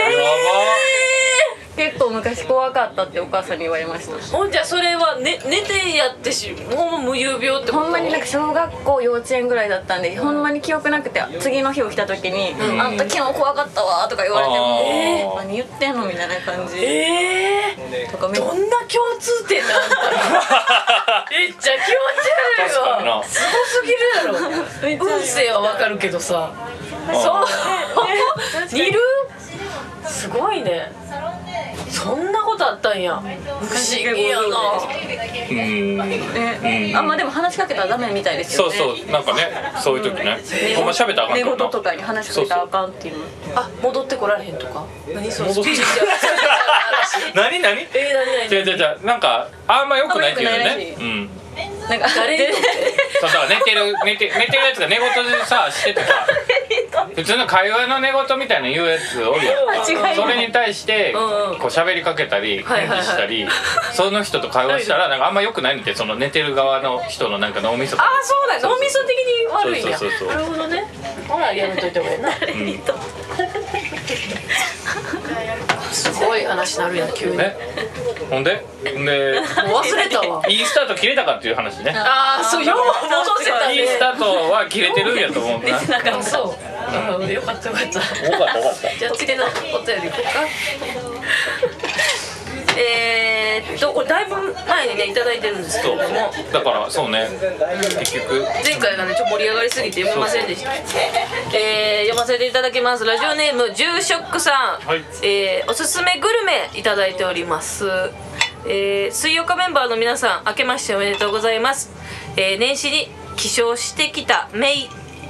結構昔怖かったってお母さんに言われました
ほんじゃそれは、ね、寝てやってしほんま無遊病ってこと
ほんまになんか小学校幼稚園ぐらいだったんでほんまに記憶なくて次の日起きた時に「
ん
あんた昨日怖かったわ」とか言われても
あー
「えー何言ってんの?」みたいな感じ
ええ
とかめっ
どんな共通点なんだ ろめっちゃ気持ち
確か
悪
に
いわ
な
すごすぎるや ろ運勢はわかるけどさ そう 似るすごいねそんなことあったんや不思議やな
うん
ね
うん
あんまでも話しかけたらダメみたいです
そ
よ
う
ね
そうなんかねそういう時ねほんま喋ったらあかん
寝
か
言
らな
とかに話しかけたらあかんっていうの
あ戻ってこられへんとか何そのス
戻
ピ
っ
リ
て
チュアルな 話
何何違
え何
う
何
違う違うなんかあんま良くないっていうよ
あんま良
ね
く
うん
なんか
誰 にとって
そうだから寝てる寝て寝てるやつが寝言でさしてて さ普通の会話の寝言みたいな言うやつおるやん
違いな
か
い
それに対して
うんうん
こう喋りかけたり
はいはいはい
返事したりその人と会話したらなんかあんま良くないんでその寝てる側の人のなんか脳みそと
あ
か
あそうだよ脳みそ的に悪いんや
そうそうそうそ
な
う
るほどねほらやめといた方がいいな
うん
すごい話になるやん急に、
ねほんでほ んで
もう忘れたわ
いいスタート切れたかっていう話ね
ああそうよう戻せた
いいスタ
ね
ートは切れてるんやと思う な
なんかそうなるほどよかったよかった
よかったよかった
じゃあ次のお便りいこうかえーっとこれだいぶ前にねいただいてるんですけ
そ
れ
う
ども
だからそうね結局
前回がねちょっと盛り上がりすぎて読めませんでした、えー、読ませていただきますラジオネームジューショックさん、
はい
えーおすすめグルメいただいておりますえー、水曜日メンバーの皆さん明けましておめでとうございます、えー年始に起床してきたメイ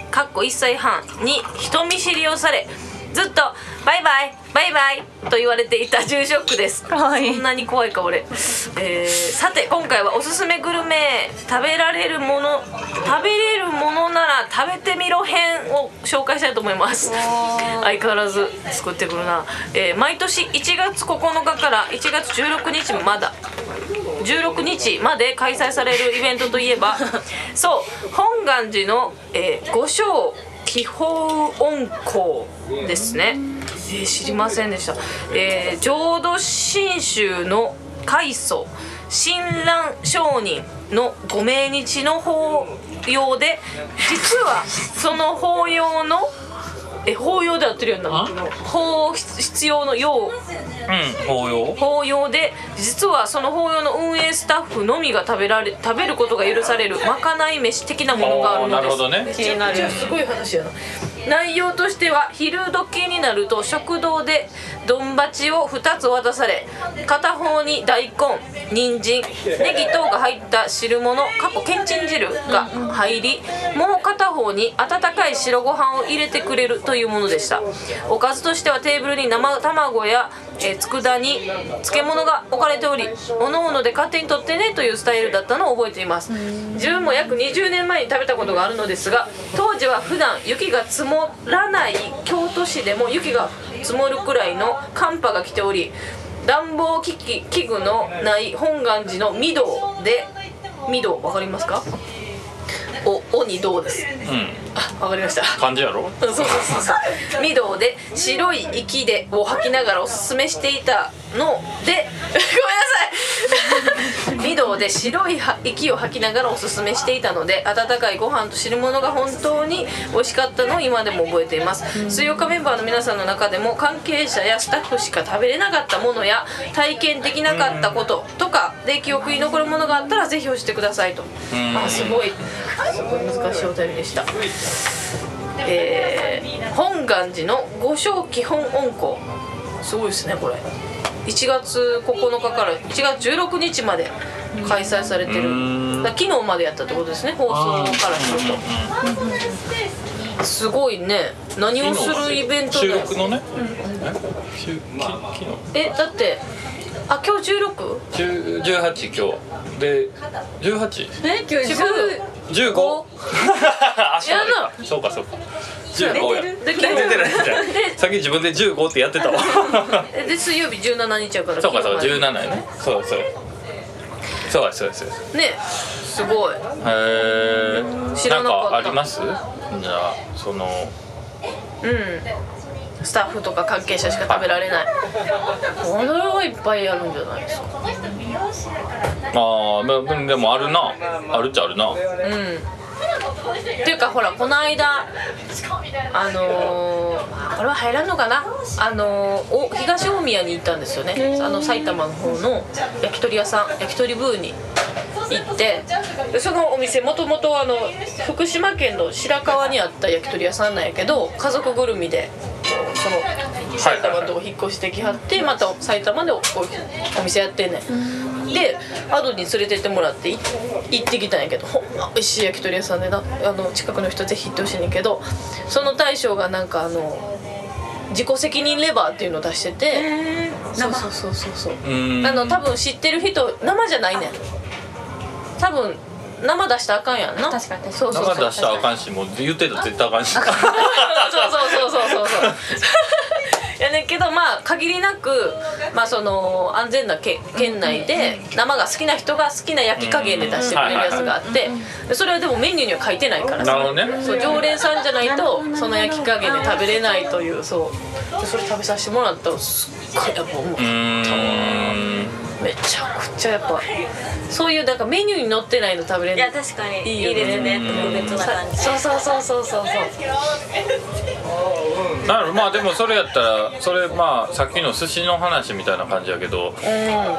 かっこ1歳半に人見知りをされずっとバイバイバイバイと言われていたジューショックです
かわいい
そんなに怖いか俺、えーさて今回はおすすめグルメ食べられるもの食べれるものなら食べてみろ編を紹介したいと思います相変わらず作ってくるな、えー毎年1月9日から1月16日もまだ16日まで開催されるイベントといえばそう本願寺の、えー五章気泡音校ですね、えー知りませんでした、えー浄土真宗の開祖親鸞上人のご命日の法要で実はその法要のえ法要でやってるような法必要の要
うん法要
法要で実はその法要の運営スタッフのみが食べられ食べることが許されるまかない飯的なものがあるの
な
で
る
す
ほどね
気になる
すごい話やな内容としては昼時になると食堂で丼鉢を2つ渡され片方に大根人参ネギ等が入った汁物過去けんちん汁が入りもう片方に温かい白ご飯を入れてくれるというものでしたおかずとしてはテーブルに生卵やえー佃煮漬物が置かれておりおのおので勝手に取ってねというスタイルだったのを覚えています自分も約20年前に食べたことがあるのですが当時は普段雪が積もらない京都市でも雪が積もるくらいの寒波が来ており暖房機器器具のない本願寺の御堂で御堂わかりますかお鬼堂です
うん
あわかりました
感じやろ
そうそうそうそう御堂で白い息でを吐きながらおすすめしていたのでごめんなさい御堂で白いは息を吐きながらおすすめしていたので温かいご飯と汁物が本当に美味しかったのを今でも覚えています水曜日メンバーの皆さんの中でも関係者やスタッフしか食べれなかったものや体験できなかったこととかで記憶に残るものがあったらぜひ教えてくださいと
うん
あすごいすごい難しいお便りでしたえー本願寺の五正基本恩公すごいですねこれ1月9日から1月16日まで開催されて
う
る
ん
だから昨日までやったってことですね放送からするとすごいね何をするイベントだ
収
よ
録のね、えきき
えだってあ今日 16?
昨日10 18今日で1815
え今日
違う
明日
や
ま
だ
でかそうかそうか15や
で
出
昨日
てないじゃ んさっき自分で15ってやってたわ
えで水曜日17日やから
そうかそう
昨日まで
17やねそうそうそうやそうやそうや
ねすごい
へえ
知らなかった
んかありますじゃあその
うんスタッフとか関係者しか食べられないこれはいっぱいあるんじゃないですか
ああでもでもあるなあるっちゃあるな
うんっていうかほらこの間あのー、これは入らんのかなあのー、お東大宮に行ったんですよねあの埼玉の方の焼き鳥屋さん焼き鳥ブーに行ってでそのお店もともとあの福島県の白河にあった焼き鳥屋さんなんやけど家族ぐるみでその埼玉のとこ引っ越してきはってまた埼玉でおお店やってんねんでアドに連れてってもらってい行ってきたんやけどほんま美味しい焼き鳥屋さんでなあの近くの人ぜひ行ってほしいねんけどその大将がなんかあの自己責任レバーっていうのを出してて
えー
そうそうそうそうそう
うーん
あの多分知ってる人生じゃないねん多分生出したらあかんやんな
確かに確かに
そうそうそ
生
う
出したらあかんしもう言ってたら絶対あかんしそう
そうそうそうそうそうそういやねんけどまあ限りなく、まあ、その安全なけ県内で生が好きな人が好きな焼き加減で出してくれるやつがあってでそれはでもメニューには書いてないから
な
さ
るほどね
そう常連さんじゃないとその焼き加減で食べれないというそうでそれ食べさせてもらったらすっごいやっぱもう
うーん
めちゃくちゃやっぱそういうなんかメニューに載ってないの食べれ
い
な
や
い
確か
い
に
いよ
いい
ね
ですね特別な感じ
そうそうそうそうそうそう
なるまあでもそれやったらそれまあさっきの寿司の話みたいな感じやけど
うん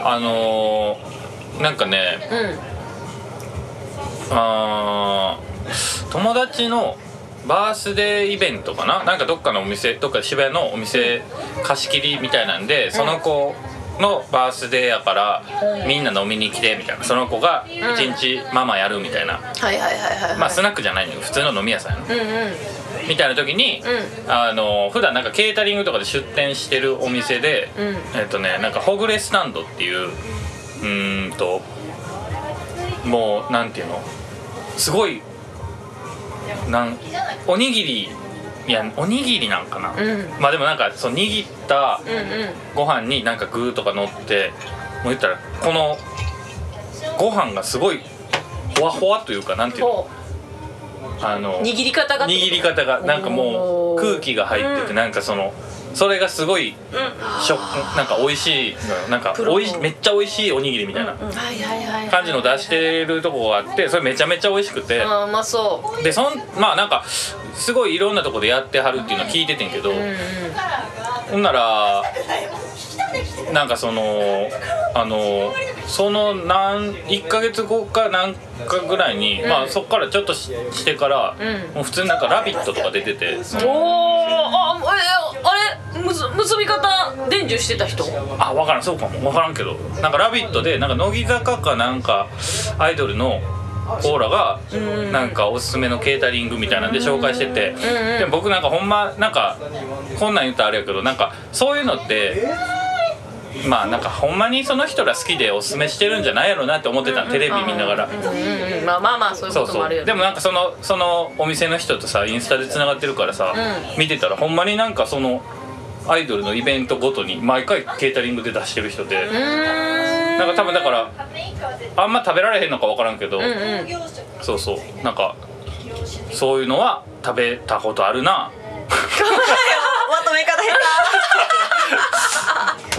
あのー、なんかね
うん
あー友達のバースデーイベントかななんかどっかのお店どっか渋谷のお店貸し切りみたいなんでその子のバースデーやからみんな飲みに来てみたいなその子が1日ママやるみたいな、
はいはいはいはいはい
まあスナックじゃないのよ普通の飲み屋さんやの
うんうん
みたいな時に、
う
あの普段なんかケータリングとかで出店してるお店で、
うん
えっとねなんかほぐれスタンドっていううーんともうなんていうのすごいなんおにぎりいやおにぎりなんかな、
ん
まあでもなんかそう握った
うんうん
ご飯になんか具とか乗ってもう言ったらこのご飯がすごいほわほわというかなんていうの
こ
あの
う握り方が
握り方がなんかも
お
う
ー
空気が入ってて、
うん
なんかそのそれがすごいしょなんか美味しいのよなんか
プロの
おいしめっちゃ美味しいおにぎりみたいな
はいはいはい
感じの出してるとこがあってそれめちゃめちゃ美味しくて
あーまあそ
でそんまあなんかすごいいろんなとこでやってはるっていうのは聞いててんけど、
ううんうん
ほんならなんかそのあのその何1ヶ月後かなんかぐらいに、まあそっからちょっとししてから、
うん
もう普通になんか「ラビット!」とか出ててそ
おー
の
あえあれむず結び方伝授してた人
あ分からんそうかも分からんけどなんか「ラビット!」でなんか乃木坂かなんかアイドルのオーラがなんかおすすめのケータリングみたいなんで紹介してて
うんうん
でも僕なんかほんまなんかこんなん言ったらあれやけどなんかそういうのってまあなんかほんまにその人ら好きでおすすめしてるんじゃないやろなって思ってたのテレビ見ながら。
うんうんまあまあまあそういう
そ
こ
う
とも
そ
あるよ
う
ね
でもなんかそのそのお店の人とさインスタでつながってるからさ、
う
見てたらほんまになんかそのアイドルのイベントごとに毎回ケータリングで出してる人で、
うーん
なんか多分だからあんま食べられへんのか分からんけど、
うんうん
そうそうなんかそういうのは食べたことあるな
まとめ方下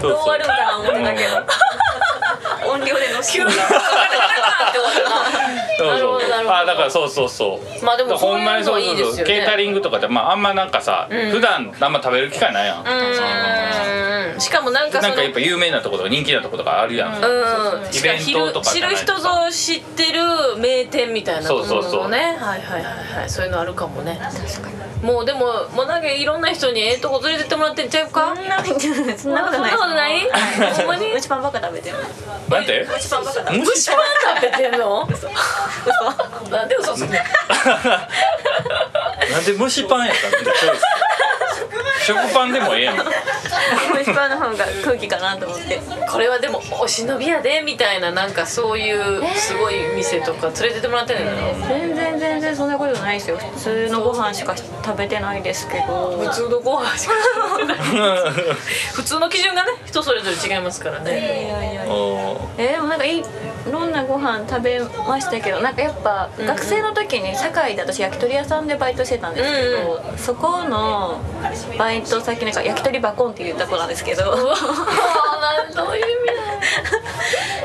そう
どう
そ
あるんかな思ってたけど
うん
手音量でのし
そう
なる
そう
ほどなるほど
あだからそうそうそう
まあでもそういうの
だからほんまに
いいですよね
ケータリングとかってまああんまなんかさ、
ん
普段あんま食べる機会ないやん、
うーんしかもなんかそ
なん
の
かやっぱ有名なとことか人気なとことかあるやん、
うん
イベントとか
知
じゃ
る
ない
人ぞ知ってる名店みたいな
そうそうそ
も
う
のもねはいはいはいはいそういうのあるかもねもうでももうなんかいろんな人にええとこ連れてってもらってんちゃうか
そんなそんなこと
そん
ない
なことないほんまに
うちパンばっか食べてる
なんて
うちパンばっか食べてる
虫
一番食べてんのなんで嘘つくの
なんで蒸しパンやったんだチョイス食パンでもええやん
蒸しパンの方が空気かなと思って
これはでもお忍びやでみたいななんかそういうすごい店とか連れてってもらってんのよ
全然全然そんなことないですよ普通のご飯しか食べてないですけど
普通のご飯しか食べてない普通の基準がね人それぞれ違いますからね
いやいや
おー
えーでもなんかいいいろんなご飯食べましたけどなんかやっぱ学生の時に堺で私焼き鳥屋さんでバイトしてたんですけど、そこのバイト先なんか焼き鳥バコンって言った子なんですけど
あーなんどういう意味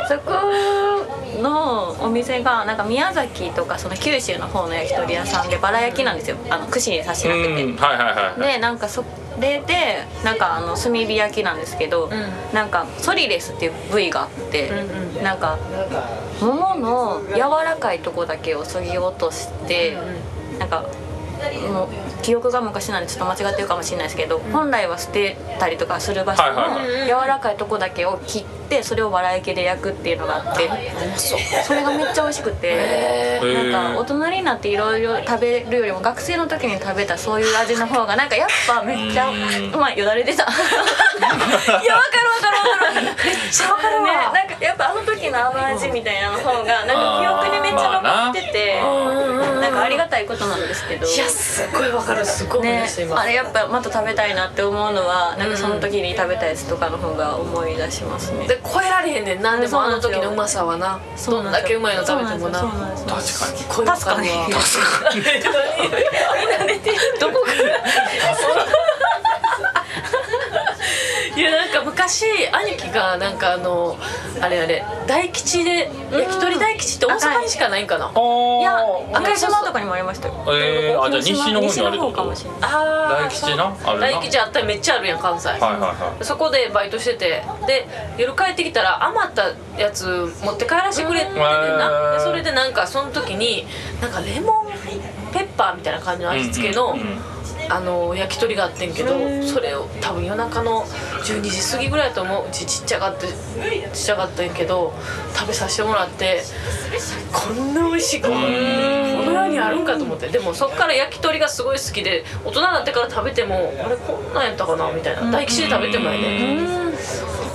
だ
そこのお店がなんか宮崎とかその九州の方の焼き鳥屋さんでバラ焼きなんですよあの串に刺し
う
なくて。
んはいはいはい
でなんかそれでなんかあの炭火焼きなんですけど、
ん
なんかソリレスっていう部位があって、
うん
なんか桃の柔らかいとこだけをそぎ落として、なんかもう記憶が昔なんでちょっと間違ってるかもしれないですけど、本来は捨てたりとかする場所
はい
の
はい
はい
柔らかいとこだけを切ってそれをわら焼きで焼くっていうのがあって、それがめっちゃ美味しくて。
へ
なんか大
ー
人になっていろいろ食べるよりも学生の時に食べたそういう味の方がなんかやっぱめっちゃ
うん
うまいよだれ出た
いやわかるわかるわかるめっちゃわかる
ね
わ
なんかやっぱあの時のあの味み たいなの方がなんか記憶にめっちゃ残っててなんかありがたいことなんですけ ど
いやすごいわかるすごい思い
ね
出した、今
あれやっぱまた食べたいなって思うのはなんかその時に食べたやつとかの方が思い出しますね
で超えられへんねんなんでもあの時のうまさはな
そう
どん
なん
だ
です
け
よ
うまいの食べてもな
そうなんですよそうなんですよ
確かに
確かに
確
確かにどこからいやなんか昔兄貴がなんかあのあれあれ大吉で焼き鳥大吉って大阪にしかないんかな
おー
いや
赤い
赤島とかにもありましたよ
えーあじゃあ西の方にあるってこと
西の方かもしれない
あー
大吉なあるな
大吉あったらめっちゃあるやん関西
はいはいは
そこでバイトしててで夜帰ってきたら余ったやつ持って帰らせてくれってん
う
なんでそれでなんかその時になんかレモンペッパーみたいな感じの
い
味付けの、
うんうんうん
あの焼き鳥があってんけどそれを多分夜中の12時過ぎぐらいだと思ううちちっちゃかってちっちゃかったんやけど食べさせてもらってこんな美味しいこんこの世にあるんかと思ってでもそっから焼き鳥がすごい好きで大人になってから食べてもあれこんなんやったかなみたいな大吉で食べてもやね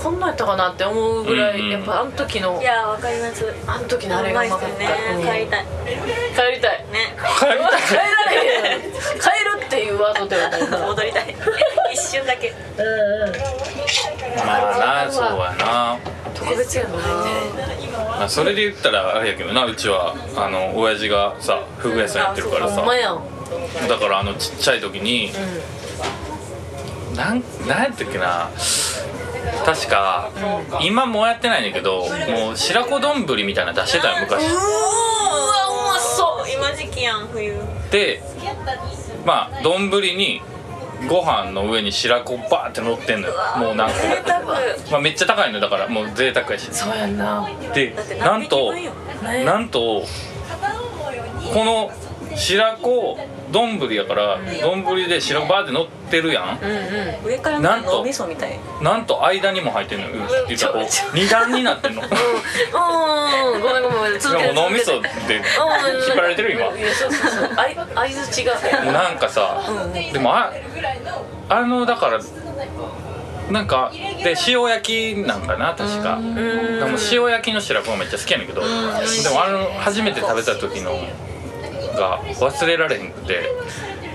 こんなんやったかなって思うぐら
うん
いやっぱあの時の
いやわかります
あの時のあれがうまかった
ね
うん
帰り たい
帰りたい
ね
帰られへん帰るっていうワードではないな
戻りた い一瞬だけ
まあなそうやな
特別やな
まあそれで言ったらあれやけどなうちはあの親父がさフグ屋さんやってるから
ほ
さ
んまやん
だからあのちっちゃい時に、なんなんやったっけな確か、今もうやってないねんだけどもう白子丼ぶりみたいなの出してたよ昔、
うわうまそう
今時期やん冬
でまあ丼にご飯の上に白子バーって乗ってんのよもう何個
多
も、
分
まあ、めっちゃ高いのだからもう贅沢やし
そうやんな
で
だって
な
何
ん
匹
と
分よ
なんとこの白子丼やから丼で白子バーって乗ってるやん、
うんうん
上から
なん
の
と
お味噌みたい
なんと間にも入ってんのよ言ったらこ
ちょ
う二段になってん のでも
うんごめんごめん続けて
脳みそ
続
っ
けて
て
うん
引っ張られてる今
いやそうそう そうあい相づちが
もうなんかさでもああのだからなんかで塩焼きなんかな確かでも塩焼きの白子がめっちゃ好きやねんけどでもあの初めて食べた時のが忘れられへんくて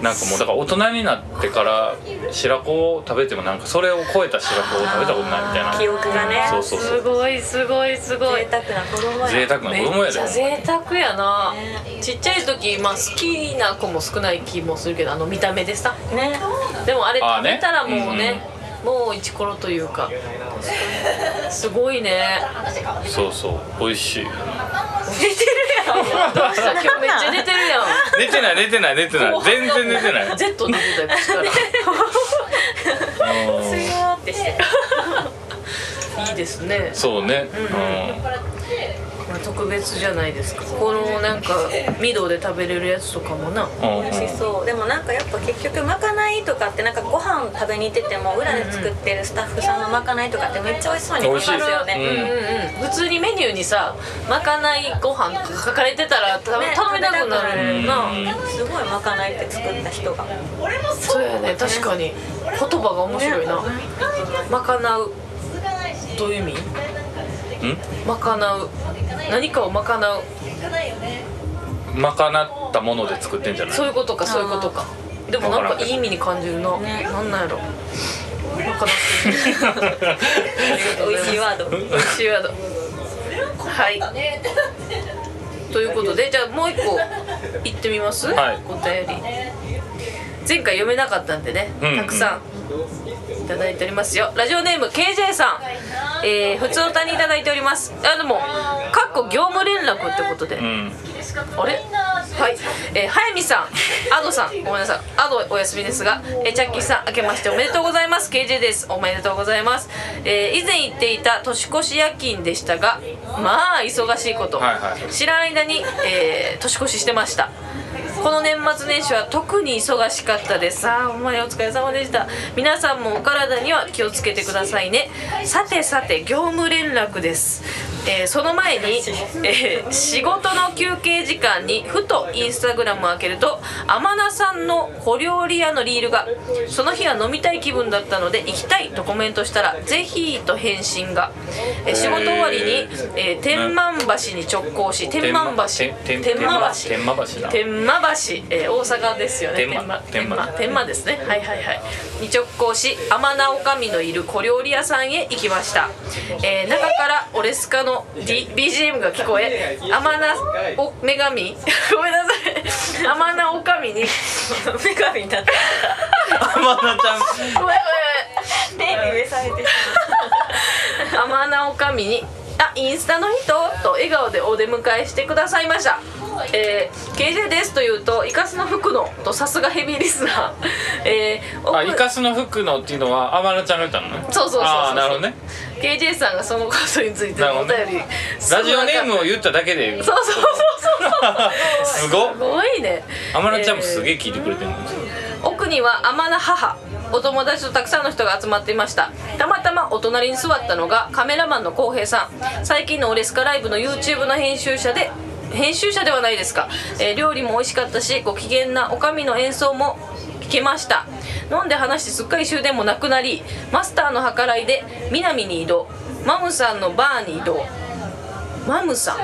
なんかもうだから大人になってから白子を食べてもなんかそれを超えた白子を食べたことないみたいな
記憶がね
そうそうそ
す
う
ごいすごいすごい
贅沢な子供や
贅沢な子供
め
や
っ
で
ちゃ贅沢やな、ちっちゃい時、まあ、好きな子も少ない気もするけどあの見た目でさ
ね
でもあれ
あー
食
ね
べたらもうねもうイチコロという かすごい ね
そうそう美味しい
出てるやん
どうした今日めっちゃ出てるやん
寝てない寝てない寝てない全然寝てない
Z 出てたよ口か
うん
すよーってしてる
らいいですね
そうねうん
まあ特別じゃないですかこのなんかミドで食べれるやつとかもな
うんうん
美味しそうでもなんかやっぱ結局まかないとかってなんかご飯食べに行ってても裏で作ってるスタッフさんのまかないとかってめっちゃ美味しそうに
美
食べ
味
ま
し
す
い
よね、
うんうん普通にメニューにさまかないご飯とか書かれてたらた
ね
食べたくなるよな、
うん
すごいまかないって作った人が
そうやね確かに言葉が面白いな、まかなうどういう意味
うん
まかなう何かをまかなう
賄ったもので作ってんじゃない
そういうことかそういうことかでもなん
わからん
か
けど
いい意味に感じるな、
ね
なんなんやろまかな
美味しいワ ード
美味しいワードはいということでじゃあもう一個行ってみます、
はい
お便り前回読めなかったんでね、
うん
たくさんいただいておりますよラジオネーム KJ さん、えー、普通の他にいただいておりますあでもかっこ業務連絡ってことで、
うん
あれはい、えー、早見さん、アドさん、ごめんなさい、アドお休みですが、えー、チャッキーさん、明けましておめでとうございます、KJ です、おめでとうございます、えー、以前言っていた年越し夜勤でしたが、まあ、忙しいこと、
はいはい
知らん間に、えー、年越ししてました。この年末年始は特に忙しかったですあーほんまにお疲れ様でした皆さんもお体には気をつけてくださいねさてさて業務連絡です、えーその前に、えー仕事の休憩時間にふとインスタグラムを開けると天名さんの小料理屋のリールがその日は飲みたい気分だったので行きたいとコメントしたらぜひと返信が、えー仕事終わりに、えー天満橋に直行し天満橋
天天
天満橋
天満橋だ
天満橋、えー大阪ですよね
天
天満
満
天
天
満
満
天満ですねはいはいはいに直行し天名女将のいる小料理屋さんへ行きました、えー中からオレスカの、D、BGM が聞こえ天名お女神 ごめんなさい天名女将にごめんごめんごめん
女神になった
天菜ちゃん
手に上されてし
天名女将に「あインスタの人?」と笑顔でお出迎えしてくださいました「えー、KJ です」と言うと「イカスの福野」とさすがヘビーリスナー、えー 奥
あイカスの服のっていうのは天菜ちゃんが言ったのね
そうそうそうそう
ああなるほどね
KJ さんがそのことについてのお便り、
ラジオネームを言っただけで
そうそうそうそう
すごっ
すごいね
天菜ちゃんもすげえ聞いてくれてるの
奥には天の母お友達とたくさんの人が集まっていましたたまたまお隣に座ったのがカメラマンの浩平さん最近のオレスカライブの YouTube の編集者で編集者ではないですか、えー料理も美味しかったしご機嫌なおかみの演奏も聞けました飲んで話してすっかり終電もなくなりマスターの計らいで南に移動マムさんのバーに移動マムさん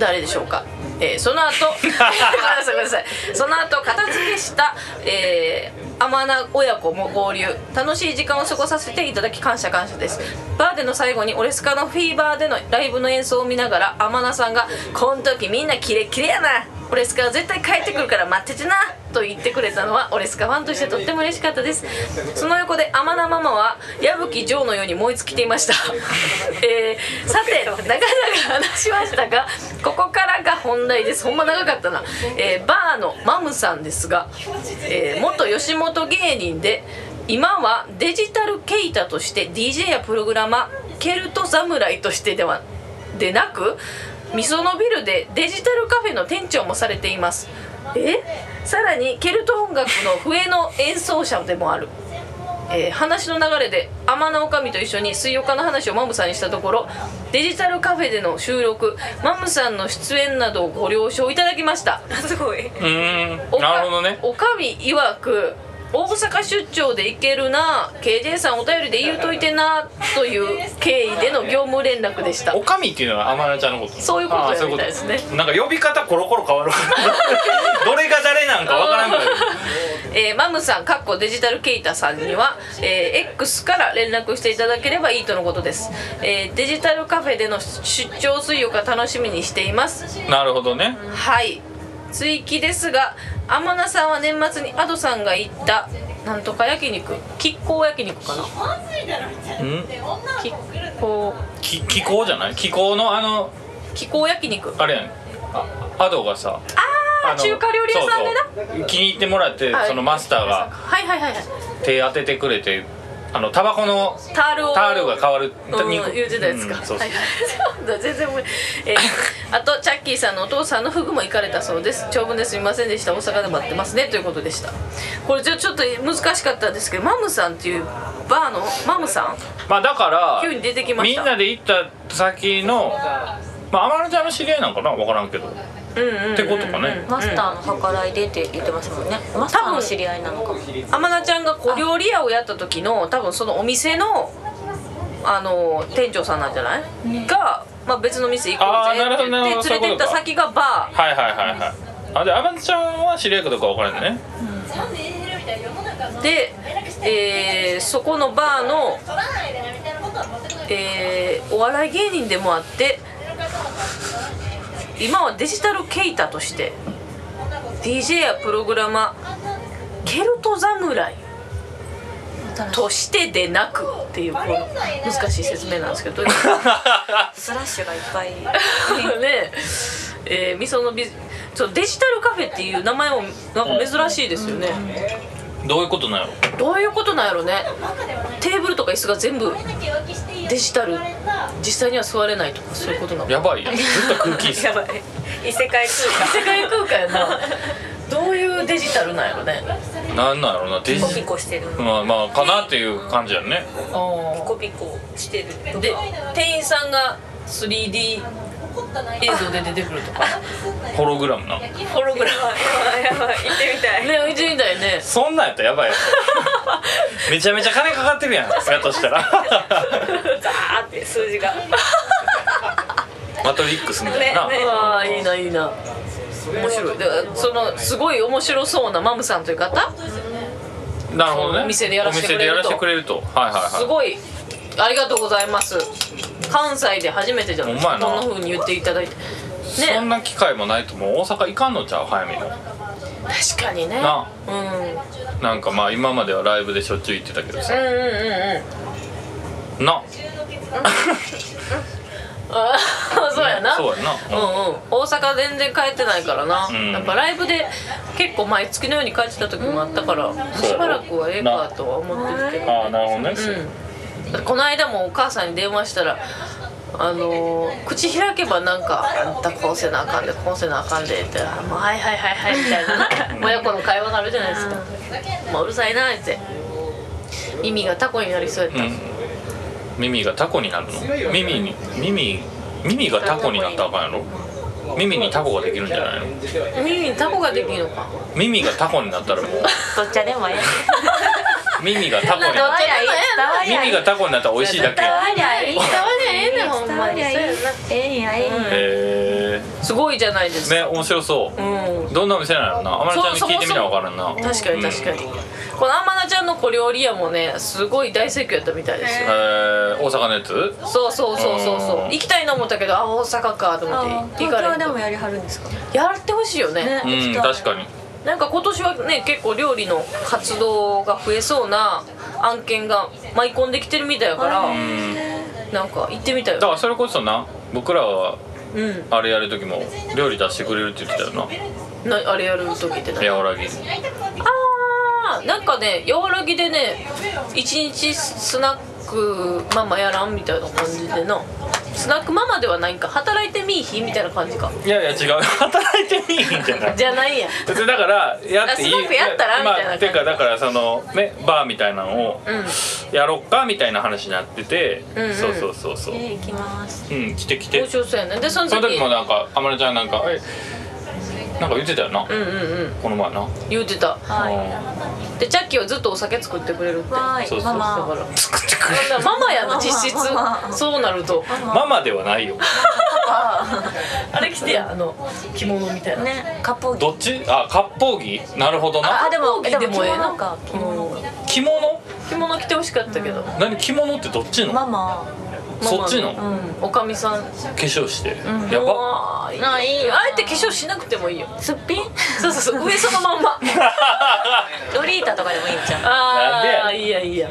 誰でしょうか、えーその後ごめんなさいごめんなさいその後片付けした、えー、天名親子も合流楽しい時間を過ごさせていただき感謝感謝ですバーでの最後にオレスカのフィーバーでのライブの演奏を見ながら天名さんが「こん時みんなキレッキレやなオレスカは絶対帰ってくるから待っててな」と言ってくれたのはオレスカファンとしてとっても嬉しかったですその横で天名ママは矢吹城のように燃え尽きていました、 えーさて長々話しましたがここからが本題ですほんま長かったな、えーバーのマムさんですが、えー元吉本芸人で今はデジタルケイタとして DJ やプログラマーケルト侍としてではでなくみそのビルでデジタルカフェの店長もされていますえさらにケルト音楽の笛の演奏者でもあるえー話の流れで天野女将と一緒に水曜日の話をマムさんにしたところデジタルカフェでの収録マムさんの出演などを ご了承いただきました
まうすごいう
ーん
おか
なるほどね
おかみ曰く大阪出張で行けるな KJ さんお便りで言うといてなという経緯での業務連絡でした
おかみっていうのは天野ちゃんのこと
そういうこと
ああ
やみたいですね
そううことなんか呼び方コロコロ変わるから どれが誰なんかわからんから
えーマムさん、かっこデジタルケイタさんには、えー X から連絡していただければいいとのことです、えーデジタルカフェでの出張水浴が楽しみにしています
なるほどね
はい追記ですが天名さんは年末に Ado さんが言ったなんとか焼肉亀甲焼肉かな
うん
亀甲
き気候じゃない気候のあの
亀甲焼肉
あれやんあアドがさあの
中華料理屋さんでな
そうそう気に入ってもらって
はい
そのマスターが
はいはいはいはい
手当ててくれてあのタバコの
タールを
タールが変わる
うん、言うてたやつか、
うんそう
は
そ
いうはいそうだ全然もう、えーあとチャッキーさんのお父さんのフグも行かれたそうです長文ですみませんでした大阪で待ってますねということでしたこれちょちょっと難しかったんですけどマムさんっていうバーのマムさん
まあだから
急に出てきま
み
し
ん
た
なで行った先のまあ天野ちゃんの知り合いなんかなわからんけどっ
うんうんうん、うん、
てことかね
マスターの計らいでって言ってますもんねマスターの知り合いなのかも
天菜ちゃんが小料理屋をやった時の多分そのお店のあの店長さんなんじゃない、が、まあ、別の店行こうぜ
あーなるほどなる
っ
ほど
て言って連れてった先がバー
はいはいはいはいあで天野ちゃんは知り合いかどうかわからんね
で、えーそこのバーのえーお笑い芸人でもあって今はデジタルケイタとして DJ やプログラマーケルト侍としてでなくっていうこう難しい説明なんですけどどういうこと
スラッシュがいっぱい
ねえー、みそのビそうデジタルカフェっていう名前もなんか珍しいですよね、
どういうことなんやろ
どういうことなんやろねテーブルとか椅子が全部デジタル実際には座れないとかそういうことなの
やばいやんずっと空気椅子
やばい異世界
異
通
世界空間やなどういうデジタルなんやろね
なんなんやろなデジ
ピコしてる
まあまあかなっていう感じやね
あ
コピコしてる
ーで店員さんが 3D 映像で出てくるとか
ホログラムな
ホログラム
貨やばい行ってみたい
ねうちみたいね
そんなんやったらやばいや んめちゃめちゃ金かかってるやんやとしたら
ザーって数字が
マトリックスみたいな、
ねね
ああいいないいな面白いでそのすごい面白そうなマムさんという方
なるほどね
お店でやらせてくれると
お店でやらせてくれるとはいはいはい
すごいありがとうございます関西で初めてじゃないですか
ほんま
こ
や
んな
な
風に言っていただいて
そん
ね
な機会もないともう大阪行かんのちゃう早めに
確かにね
な
うんうんうんうん
なんかまあ今まではライブでしょっちゅう行ってたけどさ
うん
な
あー そうやな
そうやな
うんうん、大阪全然帰ってないからな、
うん
やっぱライブで結構毎月のように帰ってた時もあったから
そう
しばらくはええかとは思ってるけど
ああなるほどね、
うん、この間もお母さんに電話したら「あのー口開けばなんかあんたこうせなあかんでこうせなあかんで」って言ったら「もうはいはいはいはい」みたいなな親子の会話があるじゃないですか「もううるさいな」って耳がタコになりそうやった、
うん耳がタコになるの耳に耳耳がタコになったらあかんやろ耳にタコができるんじゃないの
耳にタコができるのか
耳がタコになったらも う
どっちでもええ
耳がタコになっ
わりゃいい伝わ
た耳がタコになったら美味しいだけや
りゃいい
伝
伝
わりゃええねんほんまにそうや
ええんやええんや
へ
なすごいじゃないです
え
か、
ね面白そう
うん
どんな店なのなあまりちゃんに聞いてみたら分からんな
確かに確かに、この天菜ちゃんの小料理屋もねすごい大盛況やったみたいですよ
えー、大阪のやつ
そうそうそうそうそう
うん
行きたいな思ったけどあ大阪かと思
あ
って行か
東
れへ
京
ん
で
と
もやりはるんですか
やってほしいよね
ね
うん確かに
なんか今年はね結構料理の活動が増えそうな案件が舞い込んできてるみたいやから
うん
なんか行ってみたい
だか
よ
らそれこそな僕らは
うん
あれやる時も料理出してくれるって言ってた
な
よ
あれやる時って
な
何
和らぎ
あーなんかね和らぎでね一日スナックママやらんみたいな感じでなスナックママではないんか働いてみいひみたいな感じか
いやいや違う 働いてみいひんじゃない
じゃないやん
別にだからやっていい
あすごくやったらみたいな
まあ、
感
て
じ
かだからそのねバーみたいなのを
うん
やろっかみたいな話になってて、
うんうん
そうそうそうそう、
ええ行きます
うん来て来て
面白そうやねでその
そ
時
の時もなんか天野ちゃんなんかえなんか言ってたよな、
うんうんうん
この前な、
言うてた
は
でチャッキーはずっとお酒作ってくれるって
わーい
そうそう
マ
だか
マ
ら
い、作ってくれ
そんな
る
ママやな
ママ
実質
ママ
そうなると
ママではないよ
あれ着てやあの着物みたいな、
ね割烹着
どっちあ割烹着なるほどな
あでも
割烹着でもええな
着物か
着
着物
物
着物着てほしかったけど、
何着物ってどっちの、
ママ
そっちの、
う
化
ん
おかみさん
粧して、や ば
ああいいあえて化粧しなくてもいいよ
すっぴん
そうそうそう上そのまんま
ロリータとかでもいいんじゃん
なんでや
ああ
ね
いいやいいや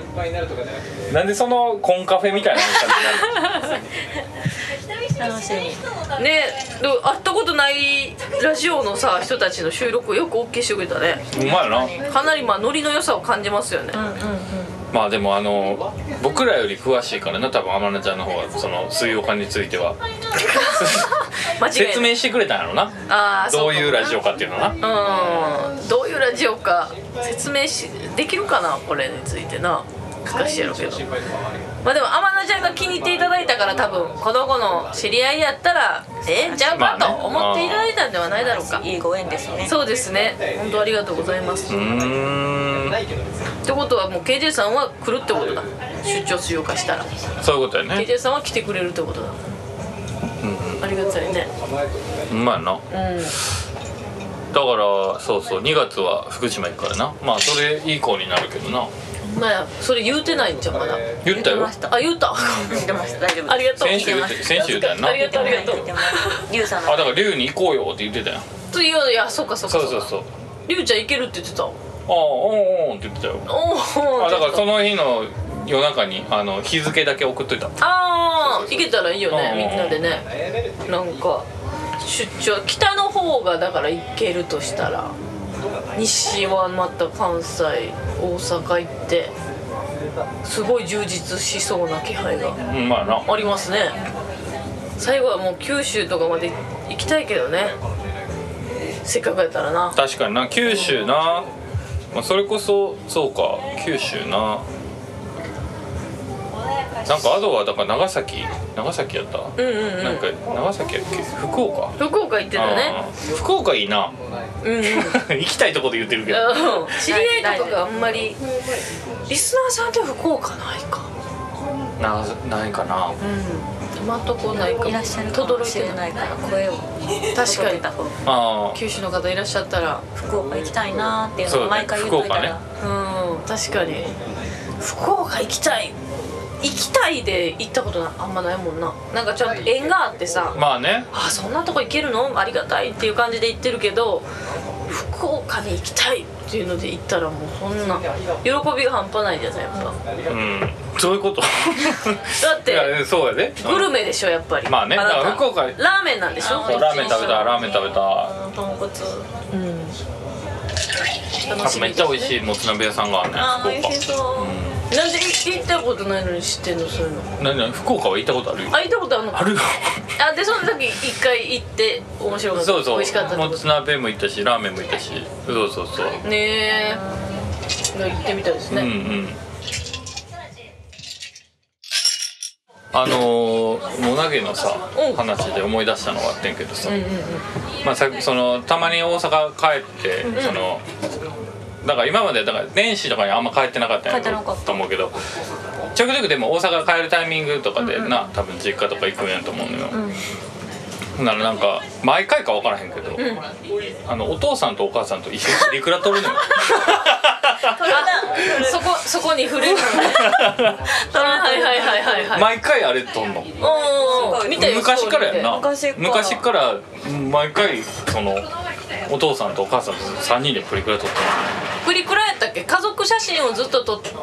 なんでそのコンカフェみたいな感じになるの
楽しみ
ねでも会ったことないラジオのさ人たちの収録をよく OK してくれたね
うまいな
かなりまあノリの良さを感じますよ ね、
まあでもあの僕らより詳しいからな多分天音ちゃんの方はその水曜館について は
間違いない
説明してくれたんやろな
ああ
どう
う
いうラジオかっていうのな
うんどういうラジオか説明しできるかなこれについてな難しいやろうけどまあでも天野ちゃんが気に入っていただいたから多分この子の知り合いやったらええんちゃうかと
まあね
思っていただいたんではないだろうか
いいご縁ですね
そうですね本当ありがとうございます、
うーん
ってことはもう KJ さんは来るってことだ出張しようかしたら
そういうことやね
KJ さんは来てくれるってことだありがたいね
うまいな、だからそうそう2月は福島行くからなまあそれ以降になるけどな
まあそれ言うてないんじゃんまだ
言ったよ
あ言うた
言ってました大丈夫
ありがとう
先週言って先週言ったよな
ありがとうありがとう
言ってますリュウさん
あだ
の
から龍に行こうよって言ってたよ
ついやいやそうかそうか
そうそうそう
りゅうちゃんいけるって言ってたお
ああうんうんって言ってたよ
お
あだからその日の夜中にあの日付だけ送っといた
ああいけたらいいよね
うん
みんなでねなんか出張北の方がだから行けるとしたら西はまた関西大阪行ってすごい充実しそうな気配が
うんまあな
ありますね最後はもう九州とかまで行きたいけどねせっかくやったらな
確かにな九州な、まあ、それこそそうか九州ななんかアドはだから長崎長崎やった、
うんうんう
なん
ん
か長崎やっけ福岡
福岡行ってたね
あー福岡いいな
うんうん
行きたいとこで言ってるけど
うん知り合いとかがあんまりリスナーさんって福岡ないか
なないかな
うん今んとこないか
いらっしゃるかもしれないから声を
確かに
届けた方が
あー
九州の方いらっしゃったら
福岡行きたいなーっていう
そう
の
だ
を
ね
毎回言っといた
福
ら
う
岡
ん確かに福岡行きたい行きたいで行ったことなあんまないもんななんかちょっと縁があってさ
まあね
あそんなとこ行けるのありがたいっていう感じで行ってるけど福岡に行きたいっていうので行ったらもうそんな喜びが半端ないじゃないやっぱ
うんそういうこと
だ
だ
って
そうやで
グルメでしょやっぱり
まあね
なた
だから福岡
ラーメンなんでしょ
そうラーメン食べたラーメン食べた
豚骨
楽しみ
めっちゃ美味しいもつ鍋屋さんがあるね
あー美味し
福
そう
なんで行ったことないのに知ってんのそういうの
岡何何福岡は行ったことある
あ行ったことあるの
あるよ
あでその時一回行って面白かった
そうそう
美味しかったって
も
こ
つ鍋も行ったしラーメンも行ったしそうそうそう
とねえ行ってみたいです
うんう
ね、
んあのー、もなげのさ
うん
話で思い出したのがあってんけどさ、まあ、さそのたまに大阪帰って、そのだから今までだから年始とかにあんま帰ってなかったんや
帰ってなかった
と思うけどちょくちょくでも大阪帰るタイミングとかでな、多分実家とか行くんやと思うのよ、ほんならなんか毎回か分からへんけど、あのお父さんとお母さんと一緒にいくら取るのよ
あそこそこに触れるのね はいはいはいはいはい、
毎回あれ取んの
おお見たよ
昔からやんな
昔から
昔からうん毎回そのお父さんとお母さんと3人でプリクラ撮って
プリクラやったっけ家族写真をずっと撮って
い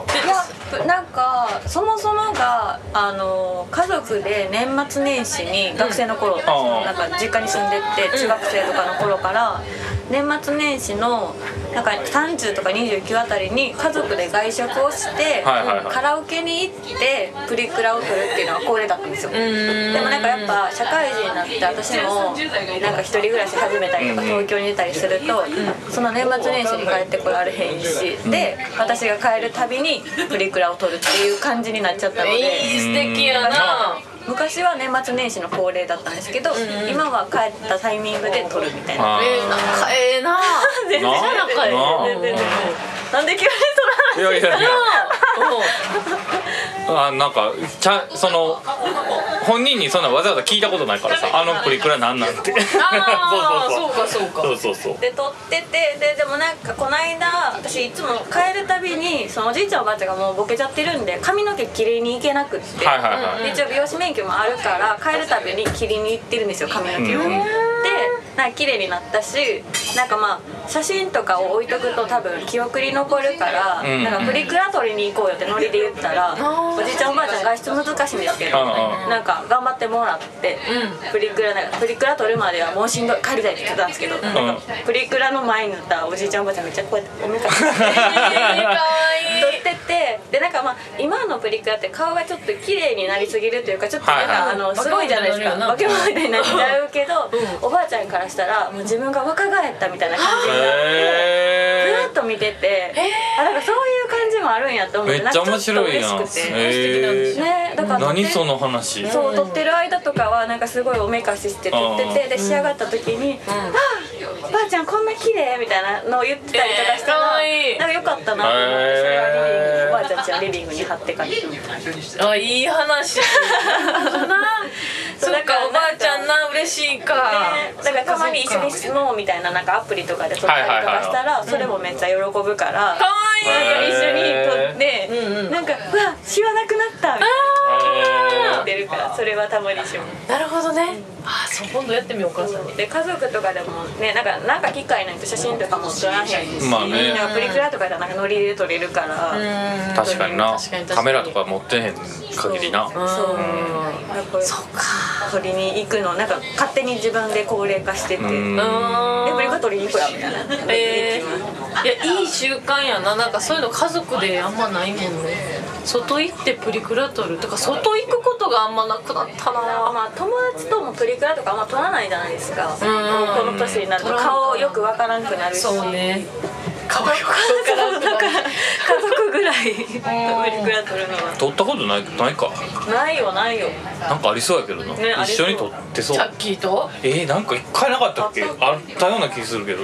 やなんかそもそもがあの家族で年末年始に学生の頃、
ああ
なんか実家に住んでって中学生とかの頃から年末年始のなんか30とか29あたりに家族で外食をして、
はいはいはい
カラオケに行ってプリクラを撮るっていうのが恒例だったんですよ。
うん
でもなんかやっぱ社会人になって私もなんか一人暮らし始めたりとか
うん
東京に出たりするとその年末年始に帰ってこられへんしで私が帰るたびにプリクラを撮るっていう感じになっちゃったの
いい
で
素敵やな
う
昔は年末年始の恒例だったんですけど、今は帰ったタイミングで撮るみたいな。
あ
ええ仲ええ な
全然
仲ええ
な
全然
なんで急に
いやいやいやあなんかちゃんその本人にそんなわざわざ聞いたことないからさあのプリクラなんなんて
ああそ
そ
ううかそうか
そうそうそうそう
で撮っててででもなんかこの間私いつも帰るたびにそのおじいちゃんおばあちゃんがもうボケちゃってるんで髪の毛切りに行けなくって、
はいはいはい
で一応美容師免許もあるから帰るたびに切りに行ってるんですよ髪の
うん
毛を。
うん
でなんか綺麗になったしなんかまあ写真とかを置いとくと多分記憶に残るから、
うん
なんかプリクラ撮りに行こうよってノリで言ったら、おじいちゃんおばあちゃん外出難しいんですけど、
うんうん
なんか頑張ってもらって、プリクラなんかプリクラ撮るまではもうしんどい帰りたいって言ってたんですけど、なんかプリクラの前に塗ったおじいちゃんおばあちゃんめっちゃこうやっておめかしして。撮っててでなんかまあ今のプリクラって顔がちょっと綺麗になりすぎるというかちょっとなんか、
はいはい
あのすごいじゃないですか化
化
け
け
物みたいになっちゃうけど、おばあちゃんからしたらもう自分が若返ったみたいな感じになって。ふ
へ
わっと見てて、あなんかそういう感じもあるんやと思っ
め
て
っちゃ面白いや
なん
ん
かちょっと嬉しくて、
へえ
ねだから撮って
何その話
そう撮ってる間とかはなんかすごいおめかしして撮って
う
てで仕上がった時に「ああばあちゃんこんな綺麗みたいなのを言ってたりとかし
えーか
た、
らわいい
なんかよかったなと思ってそれはリビ
へ
ング
ー
におばあちゃんちのリビングに貼って帰ってきた
あいい話そうなそっかおばあちゃんな嬉しいか
だからたまに一緒に住もうみたいななんかアプリとかで撮ったりとかしたらそれもめっちゃ喜ぶから
かわいい
なんか一緒に撮って
うんうん
なんか「うわしわなくなった」みたいな言ってるからそれはたまにします。
なるほどねあそう今度やってみようお母さんに
で家族とかでもねなんかなんか機会ないと写真とかも撮らへんし、
まあね
なんかプリクラとかじゃなんかノリで撮れるから、
確かにな
確かに確かに
カメラとか持ってへん限りな
そうなんかこう撮りに行くのなんか勝手に自分で高齢化してて、
う
で
ん
プリクラ撮りに行くやみたいな。
えー、いやいい習慣やななんかそういうの家族であんまないもんね外行ってプリクラ撮るとか外行くことがあんまなくなった
あ
な
まあ友達ともプリクラとかあんま撮らないじゃないですか。この年になると
撮らんか
顔よくわからなくなるし。
そうね
そうだから家族ぐらいプリクラ撮るのは
撮ったことないないか
ないよないよ。
なんかありそうやけどな、
ねあり
一
そ
緒
う
に撮ってそ
チャ
う
ッキーと
えー、なんか一回なかったっけ
あそう
あったような気するけど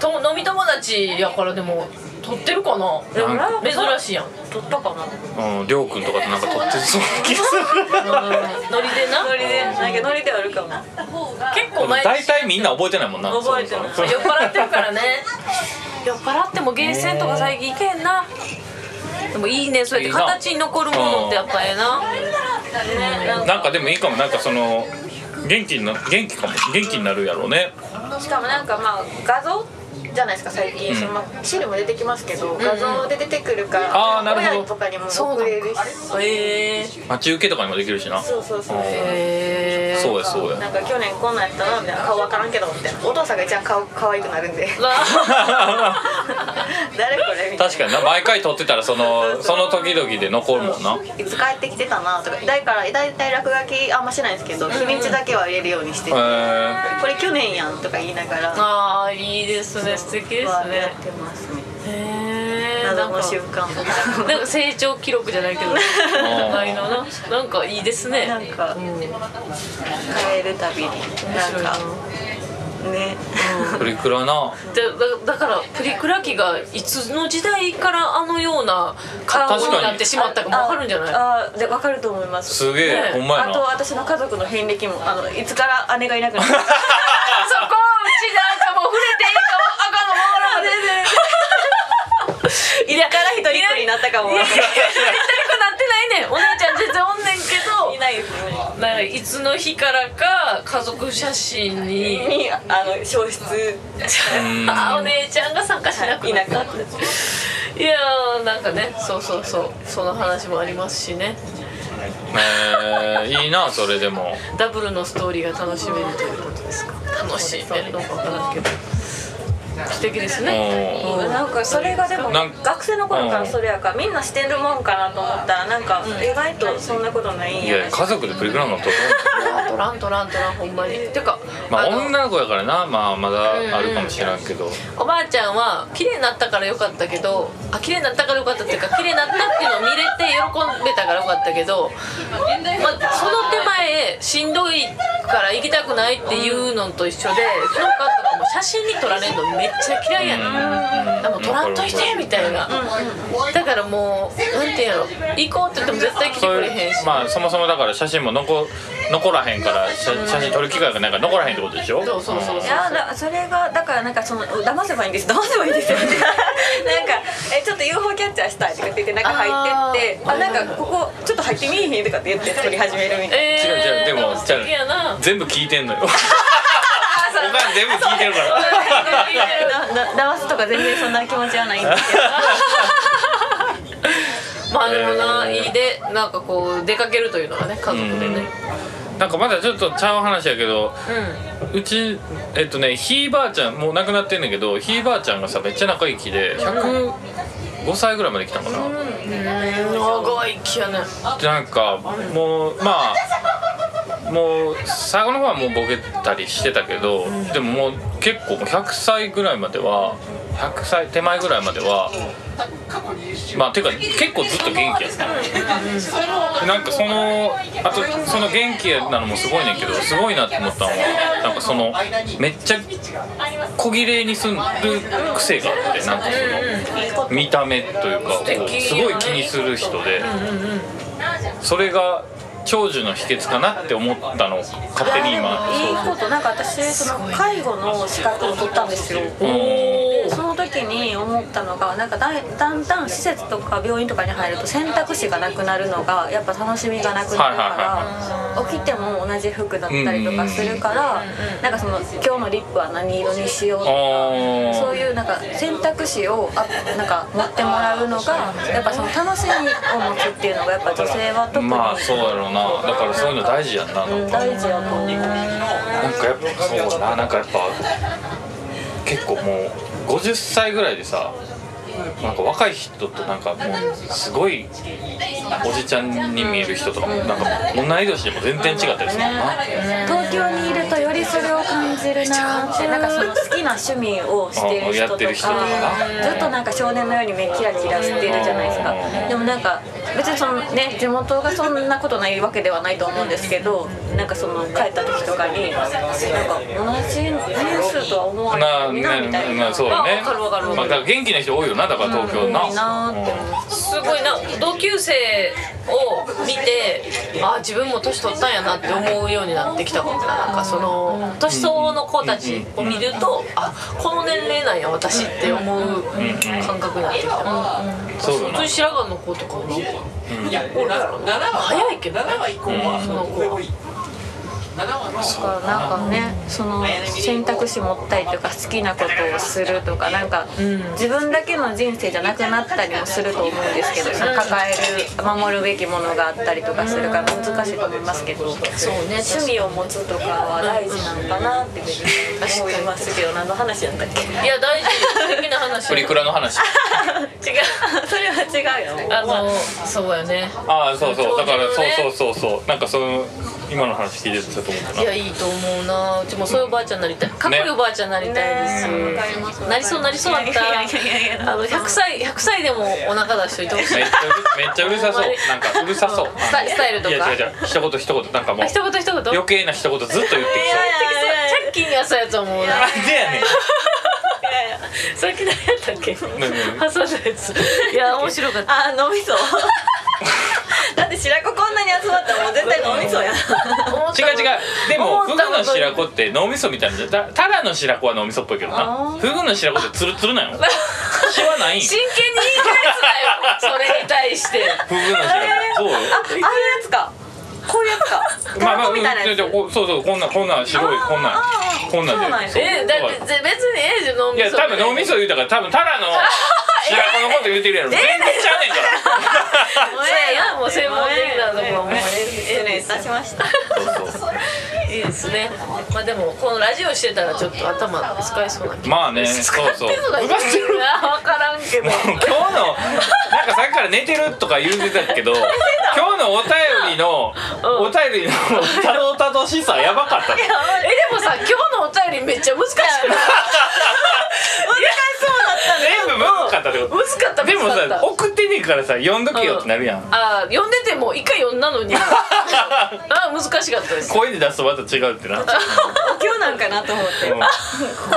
と飲み友達やからでも撮ってるかな
でもなんか
珍しいやん
撮ったかな。
うんりょうくんとかとなんか撮ってそうな気す る
ノリでな
ノリでなんかノリではあるかも。
結構前
大体みんな覚えてないもんな
覚えてない
そうそう
酔っ払ってるからね酔っ払ってもゲーセンとか最近行けへんなでもいいねそうやって形に残るものってやっぱええな
なんかでもいいかもなんかその元気にな元気かも元気になるやろうね
しかもなんかまあ画像じゃないですか最近、
うん
そのまあ、シールも出てきますけど、画像で出てくるか
あ
ら、
ーなるほど
親とかにも送れるしそう
へえー
待ち受けとかにもできるしなそ
そうそうそう
え
うやそう
な
や
んか去年こんなんやったなみたいな顔わからんけどみたいなお父さんが一番顔可愛くなるんで誰これみたい
確かにな毎回撮ってたらそ のその時々で残るもんな
ないつ帰ってきてたなとかだから大体落書きあんましないんですけど秘密だけは入れるようにしてて、
え
これ去年やんとか言いながらは
ああいいですね素敵です
や
ね
ってますね
へえ
謎
なん
の
か
習慣
なんか成長記録じゃないけどないのななんかいいですね
なんか
うん面
帰るたびに
白
なん
いな
か ね、
ー、プリクラな
でだだからプリクラ機がいつの時代からあのような顔になってしまったかもわかるんじゃない
ああで分かると思います
すげえ、
ねえ
ほんまや
あ
な
と私の家族の遍歴もあのいつから姉がいなく なっ た
そこうちなんかもう触れていいかもあかんのもらう
いなから一人っ子になったかも
絶対こうなってないねんお姉ちゃん全然おんねんけど
いないですね
なんかいつの日からか家族写真に
にあの消失
うん
あ お姉ちゃんが参加しなく
い
な
な
っ
く
た
なった
いやーなんかねそうそうそうその話もありますしね
えー、いいなそれでも
ダブルのストーリーが楽しめるということですか楽しめるのか分からんけど素敵ですね
おー
なんかそれがでも
なん
学生の頃からそれやからみんなしてるもんかなと思ったらなんか意外とそんなことないん
い
や
や家族でプリクラなんか撮っ
トラントラントランほんまにてか
たまあ
の
女の子やからなまあまだあるかもしれんけど
おばあちゃんは綺麗になったから良かったけどあ綺麗になったから良かったっていうか綺麗になったっていうのを見れて喜べたから良かったけど、まあ、その手前しんどいから行きたくないっていうのと一緒で評価とかも写真に撮られるのめっちゃ嫌いやねんでも撮らんといてみたいなだからもうなんていうんやろ行こうって言っても絶対来て
そう
く
い
れへんし
うまあそもそもだから写真も残残らへんから写写真撮る機会がないから残らへんってことでしょ
そうそうそうそう
いやだそれがだからなんかその騙せばいいんです騙せばいいんですよ なんかえちょっと UFO キャッチャーしたいとかって言って中入ってってあなんかここちょっと入ってみえへんとかって言って撮り始めるみたいな
えー
違う違うでも
素敵や な
全部聞いてんのよおかん全部聞いてるから
だだ騙すとか全然そんな気持ちはないんですけど
まあでもな、
えー
いいでなんかこう出かけるというのがね家族でね
なんかまだちょっとちゃう話やけど
うん
うちえっとねひいばあちゃんもう亡くなってんねんけどひいばあちゃんがさめっちゃ仲いいきで105歳ぐらいまで来たのかな、
長い気やね
でなんかもうまあもう最後の方はもうボケたりしてたけど、でももう結構もう100歳ぐらいまでは100歳手前ぐらいまではまあていうか結構ずっと元気やったでなんかそのあとその元気なのもすごいねんけどすごいなって思ったのはなんかそのめっちゃ小綺麗にする癖があってなんかその見た目というかこうすごい気にする人で。それが長寿の秘訣かなって思ったの勝手に今
いいことなんか私その介護の資格を取ったんですよ
うん
でその時に思ったのがなんかだいだんだん施設とか病院とかに入ると選択肢がなくなるのがやっぱ楽しみがなくなるから起きても同じ服だったりとかするからなんかその今日のリップは何色にしようとか
あ
そう
ー
いうなんか選択肢をあなんか持ってもらうのがやっぱその楽しみを持つっていうのがやっぱ女性は特に、
まあそうやろうなだからそういうの大事やんななん
うん
か
大事やと思う。
なんかやっぱそうやななんかやっぱ結構もう50歳ぐらいでさなんか若い人となんかもうすごいおじちゃんに見える人とかもなんか同い年でも全然違ったりするもんな
東京にいるとよりそれを感じるなってなんかその好きな趣味をしてる人
や
と
ってる人と
か
かな
ずっとなんか少年のように目キラキラしてるじゃないですか
うん
でもなんか別にそのね地元がそんなことないわけではないと思うんですけどなんかその帰った時とかになんか同じ年数とは思わ
な
な
あ
いなみたいな
そうよね
まあわかるわかるわかる
まあ、だから元気な人多いよなだから東京な、
いいなって思う
すごいな同級生を見てあ自分も年取ったんやなって思うようになってきたかもななんかその年相応の子たちを見るとあこの年齢なんや私って思う感覚になってきた
そうよ
普
な
通に白髪の子とかもなんかおるやろな早いけどねその子は
なんかねその選択肢持ったりとか好きなことをするとかなんか自分だけの人生じゃなくなったりもすると思うんですけどその抱える守るべきものがあったりとかするから難しいと思いますけど趣味を持つとかは大事なのかなって思いますけど何の話やったっけ
いや大事素敵な 話
プリクラの話
違うそれは違うよね
あのそうやね
ああそうそうだから
長寿
そ
のね
うそうそうそうなんかその今の話聞いててちょっと思った
い
な
やいいと思うなうちもそういうおばあちゃんになりたいかっこいいおばあちゃんになりたいです、なりそうなりそうだっ
いやいやいやい
たあの100歳100歳でもお腹出しといてほしい
めっちゃうるめっちゃうるさそうなんかうるさ そう
スタスタイルと
い
か
や違う違う一言一言なんかもう
あ一言一言
余計な一言ずっと言ってきそう
チャッキーにはそうやつ思うな
なんでやねん
それ嫌いやったっけ
何
あそうだやついや面白かった
あ脳みそ だって白子こんなに集まったらもう絶対脳みそや
違う違うでも
思っ
フグ
たこと
の白子って脳みそみたいなんじゃたただの白子は脳みそっぽいけどなフグの白子ってツルツルなんよシワない んよ
真剣に言い返すなよそれに対して
フグの白子そうよ
ああいうやつかこういうやつか
まあまあ、
みたいなやつ
うんそうそうそうこんなこんな白いこんなこんな
そうなん
で
や
そう
えだってぜ別にええじゃん脳
い
み
や
そ
多分脳みそ言うたから多分ただの白子のこと言うてるやろ全然ちゃうねんから
そうやなもう専門的なところも
失礼いたしました
そうそう
いいですねまあでもこのラジオしてたらちょっと頭使いそうな気が
まあねそうそう
分
うがってる
からんけど
もう今日のなんかさっきから寝てるとか言うて たけど今日のお便りの、お便りの たどたどしさやばかったね
えでも さ今日のお便りめっちゃ難しくない
全部むずかったってこと
難しかった
でも
難しか
さ
った
送ってねえからさ読んどけよってなるやん、
あー呼んでても一回呼んだの にあー難しかったです
声で出すとまた違うってなっち ゃう
お経なんかなと思って
うん
こ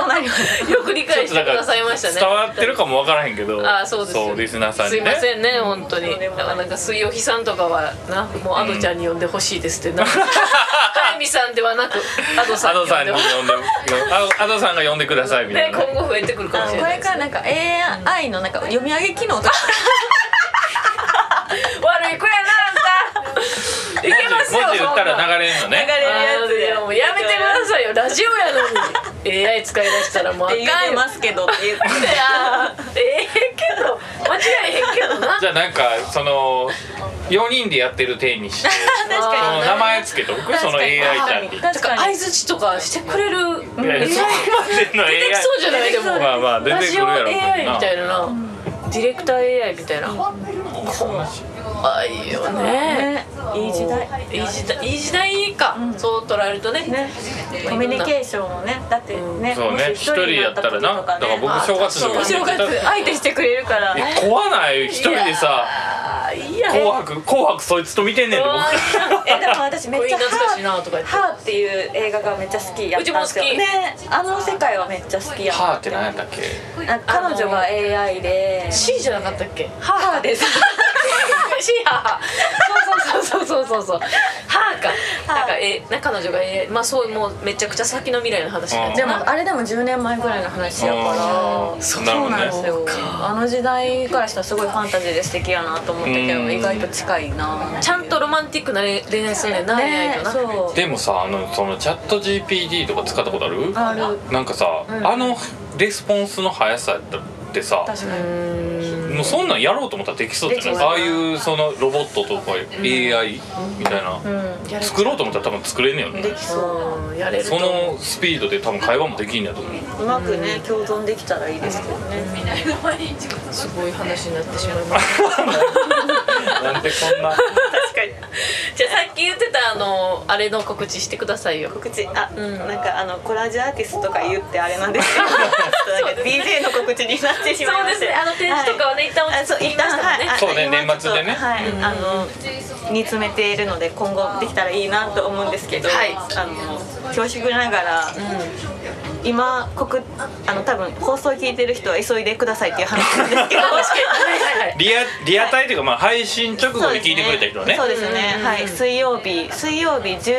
うなりました
よく理
ちょ
解
っ
し
と
て
だ
く
から
ださいましたね
伝わってるかもわからへんけど
あーそうです
リスナーさん
す
に
い
ね
ませんね本当にだからなんか水曜日さんとかはなもうアドちゃんに呼んでほしいですって な早見さんではなくアドさ
ア
んに呼
ド
んで
さんに呼んであアドさんが呼んでくださいみた
で
いな
今後増えてくるかもしれ
こ
ない
れ
です
からなんか AI のなんか読み上げ機能とか
悪い子やなあんたいけますよ
文字言った
そんなん
ら流れんのね
流
あー
れる
で
やつ
もやめてくださいよラジオやのに AI 使い出したらもうあ
っ
か
て
ん
言って
よ
ますけどって言って
いやーええけど間違いへんけどな
じゃあなんかその4人でやってる体にして
確
そ
か
の
に
名前つけとくその AI ちゃんに
確かに確か
相
に
づちとかしてくれる
いや
AI
そこまでの AI
出てきそうじゃないでも
まあまあ出
ラ
てくる
ジ
や
オ
ろう
AI みたい
な
なな、ディレクター AI みたいな怖いよね
いい時代
いい時代いい時代か、そう捉えるとね
ねコミュニケーションもねだってね
そう
もし
ね
一
一人やったらなだから僕正月とか
お正月相手してくれるから
え怖ない一人でさ
あーいや
紅白紅白そいつと見てんねんで僕
えでも私め
こ
っ
れ
ちゃ
懐かしいなとか言って
ハーっていう映画がめっちゃ好きやったんです
う
よ
ちも好き
ねあの世界はめっちゃ好きや
はーって何やったっけ
なんか彼女が AI で
C じゃなかったっけ
母です
シーハーそうそうそうそうそうそうハーかなんかえなんか彼女がえまあそうもうめちゃくちゃ先の未来の話になっち
で
ゃう
もあれでも10年前ぐらいの話やから
あー
そ
なるほ
う
ど
なん
ね
ですよあの時代からしたらすごいファンタジーで素敵やなと思ったけ
うん
ど意外と近いな
ちゃんとロマンティックな恋愛するねんな恋愛
ね
とな
そう
でもさあのそのチャット GPT とか使ったことある
ある
なんかさ、あのレスポンスの速さってさ
確かに
もうそんなんやろうと思ったらできそうじゃない
できそう
ああいうそのロボットとか AI みたいな、
う
作ろうと思ったら多分作れんねよ
ん
ね
できそう
うんやれると
そ
思う
のスピードで多分会話もできんねやと 思う
うまくね共存できたらいいですけどね
すごい話になってしまいました
なんでこんな
確かに
じゃあさっき言ってたあのあれの告知してくださいよ
告知あ、
ん
なんかあのコラージュアーティストとか言ってあれなんですけ どなんか DJ の告知になってしまいまして
あの展示とかはね、一旦
あ
落ち
そう
着き
一
ま
旦
したもん
は
ね、
いあ
そうね
今ちょっと
年末でね
はい、あの煮詰めているので今後できたらいいなと思うんですけど、
はい
あの恐縮ながら、今告あの多分放送聞いてる人は急いでくださいっていう話なんですけど
リアリアタイというかまあ配信直後に聞いてくれた人はね
そうですね。はい、水曜日、水曜日十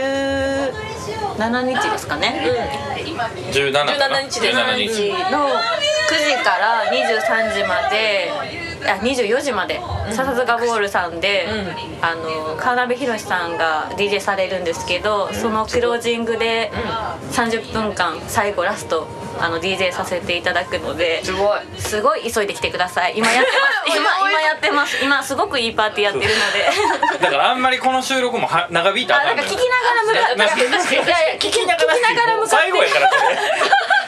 七日ですかね。
17かな
17日です
17
の9
日
時から23時まであ24時まで笹塚ボールさんで、あの川辺宏さんが DJ されるんですけどそのクロージングで30分間最後ラストあの DJ させていただくので。
すごい
すごい急いで来てください。今やってます。 今今やってます。今すごくいいパーティーやってる ので。
だからあんまりこの収録もは長引いたら
あ、なんか聞きながら向かって。
な
聞きながら向かっ
最
て。
後やからこれ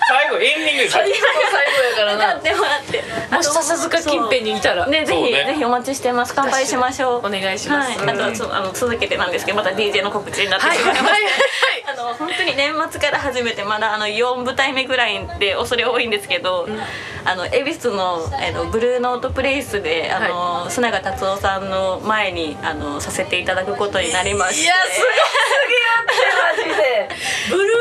最後エンディングですから
最後やから
歌
な
ってもらって。
もし笹塚近辺にいたら、
ね、ぜ
そう
ひ、
ね
ぜひお待ちしてます。乾杯しましょう。
お願いします
はい、あとは、そうあの、続けてなんですけど、また DJ の告知になってしまいます。あの、本当に年末から初めて、まだあの、4舞台目ぐらいで、恐れ多いんですけど、あの、恵比寿の、えの、ブルーノートプレイスで、あの、須永達夫さんの前に、あの、させていただくことになりまして。
いやすごすぎるってマジでブルーノ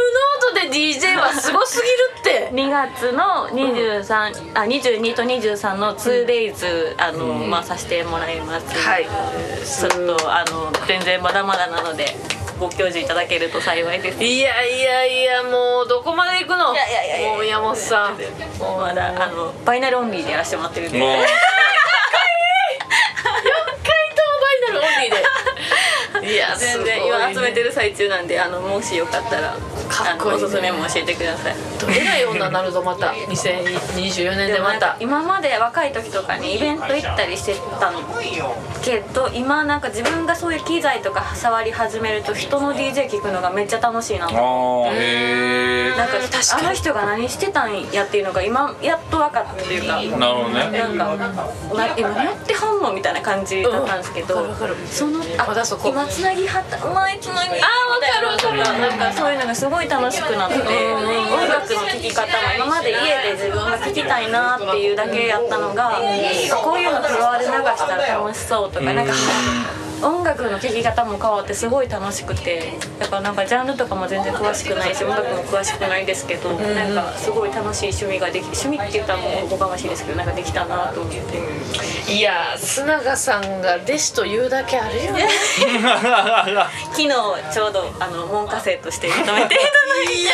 ートで DJ はすごすぎるって
2月の23、あ22と23の 2days、あのまあ、させてもらいます、
はい
ちょっとあの全然まだまだなのでご教授いただけると幸いです
いやいやいやもうどこまで行くの
いやいやいやいや
もう宮本さん
もうまだあのバイナルオンリーでやらせてもらって るんで
もう
回答バイナルオンリーでいや
全然今集めてる最中なんであのもしよかったら
あのおすすめも教えてください
えらい女になるぞまた2024年で
でも
ま
なんか
た
今まで若い時とかにイベント行ったりしてたのけど今なんか自分がそういう機材とか触り始めると人の DJ 聞くのがめっちゃ楽しいなと思って
ああへえ
なんかあの人が何してたんやっていうのが今やっと分かったというか
なるほどね
なんかな今やってはんのみたいな感じだったんですけど、そのあ
だそこ
今つなぎはったうまいつなぎあ
あ分かる分かる
なんかそういうのがすごい楽しくなって、音楽の聴き方も今まで家で自分が聴きたいなっていうだけやったのが、こういうのフロアで流したら楽しそうとか、なんか音楽の聴き方も変わってすごい楽しくてやっぱなんかジャンルとかも全然詳しくないし音楽も詳しくないですけど、なんかすごい楽しい趣味ができ趣味って言ったらもうおこがましいですけどなんかできたなと思って
いやー須永さんが弟子というだけあるよね
昨日ちょうどあの文科生として認めていただいていや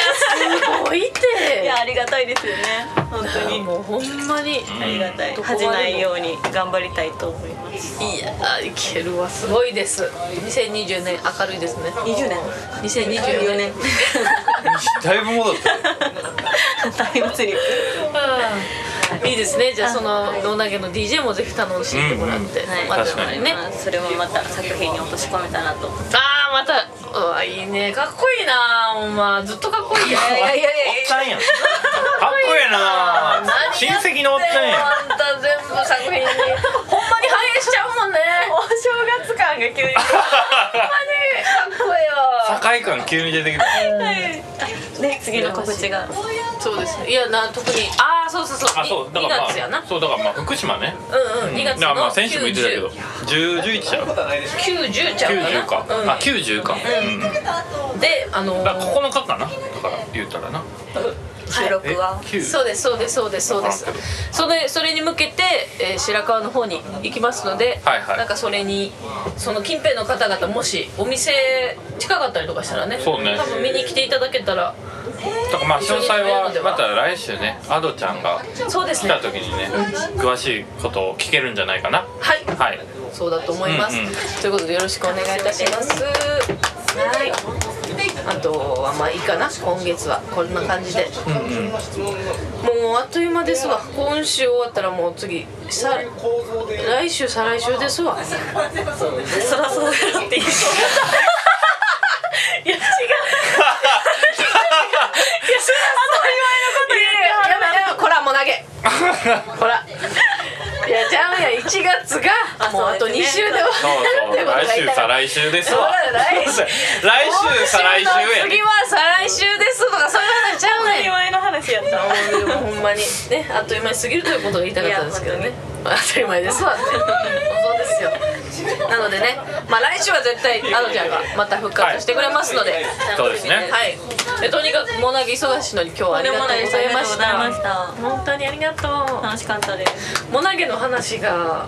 すごい
い
て
やありがたいですよね本当に
もうほんまにい
ありがたい恥じないように頑張りたいと思います
やーいけるわすごいです2020年明るいですね
20年
2024
4
年
年
だいぶ戻った
タイムスリップ
いいですねじゃあその脳投げの DJ もぜひ楽しんでもらって、
んはい
ま
確か
た
に
ね
まあそれもまた作品に落とし込めたなと
ああまたうわいいねかっこいいなほんまずっとかっこいいやいやいやいや
おっちゃんやんかっこええな親戚のおっちゃんやん
あんた全部作品にほんまに反映しちゃうもんね
お正月感が急に
ほんまにかっこええわ
境感急に出てきた
ね次の告知が
そうですねいやな特にああそうそうそう
あそうだ
2
からま
月やな
あそうだからまあ福島ね
うんうん2
だ
月
からま
の
あ先週も言ってたけど1011ちゃう
90ちゃうかな
90か
うん
あ90かうんだか
であのー
ら9日かなだから言ったらな
収録
え
は
9
そうですそうですそうですそうですそれそれに向けて、えー白川の方に行きますので、
はいはい
なんかそれにその近辺の方々もしお店近かったりとかしたらね
そうね
多分見に来ていただけたら
だからまあ詳細はまた来週ねアドちゃんが
そうです
来
ね
た時にね詳しいことを聞けるんじゃないかな
はい
はい
そうだと思います、
うんうん
ということでよろしくお願いいたしますはいあとはまあいいかな今月はこんな感じで、もうあっという間ですわ今週終わったらもう次さ来週再来週ですわ
そらそうやろって言いそう
いややめやめこらもう投げこらいやじゃあや1月がもうあと2週で終わ
そうそ
る
う来週
来
再来週ですわ
そうだ来週
来週再来週やね
次は再来週ですとかそういう話ちゃうねん
前の話やった
でもほんまにねあっという間に過ぎるということを言いたかったんですけどねまあ当たり前ですわねそうですよなのでねまあ来週は絶対アドちゃんがまた復活してくれますので、はい
そうですね
えとにかくもなぎ忙しいのに今日はありがとうございました
た
本当にありがとう
楽しかったです
もなげの話が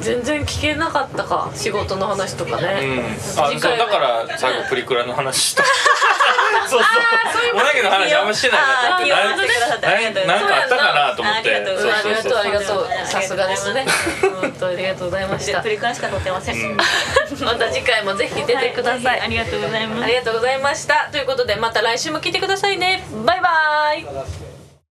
全然聞けなかったか仕事の話とか
うん、
ね、
あそう
回は
だから最後プリクラの話した そうそうおなげの話あんましてないなと思って
あー聞いてくださってありがとうご
な
ざいます
んかあったかなと思って
ありがとうご
うん
ざ
あ
い
り
ま
が
す
そ
とうありがとう
そうそうそ
さ
う
すがですね本当ありがとうございまし
で
た
プリクラしか撮ってません、
ん
また次回もぜひ出てください、
ありがとうございます
ありがとうございましたということでまた来週も聞いてくださいねバイバイ
話して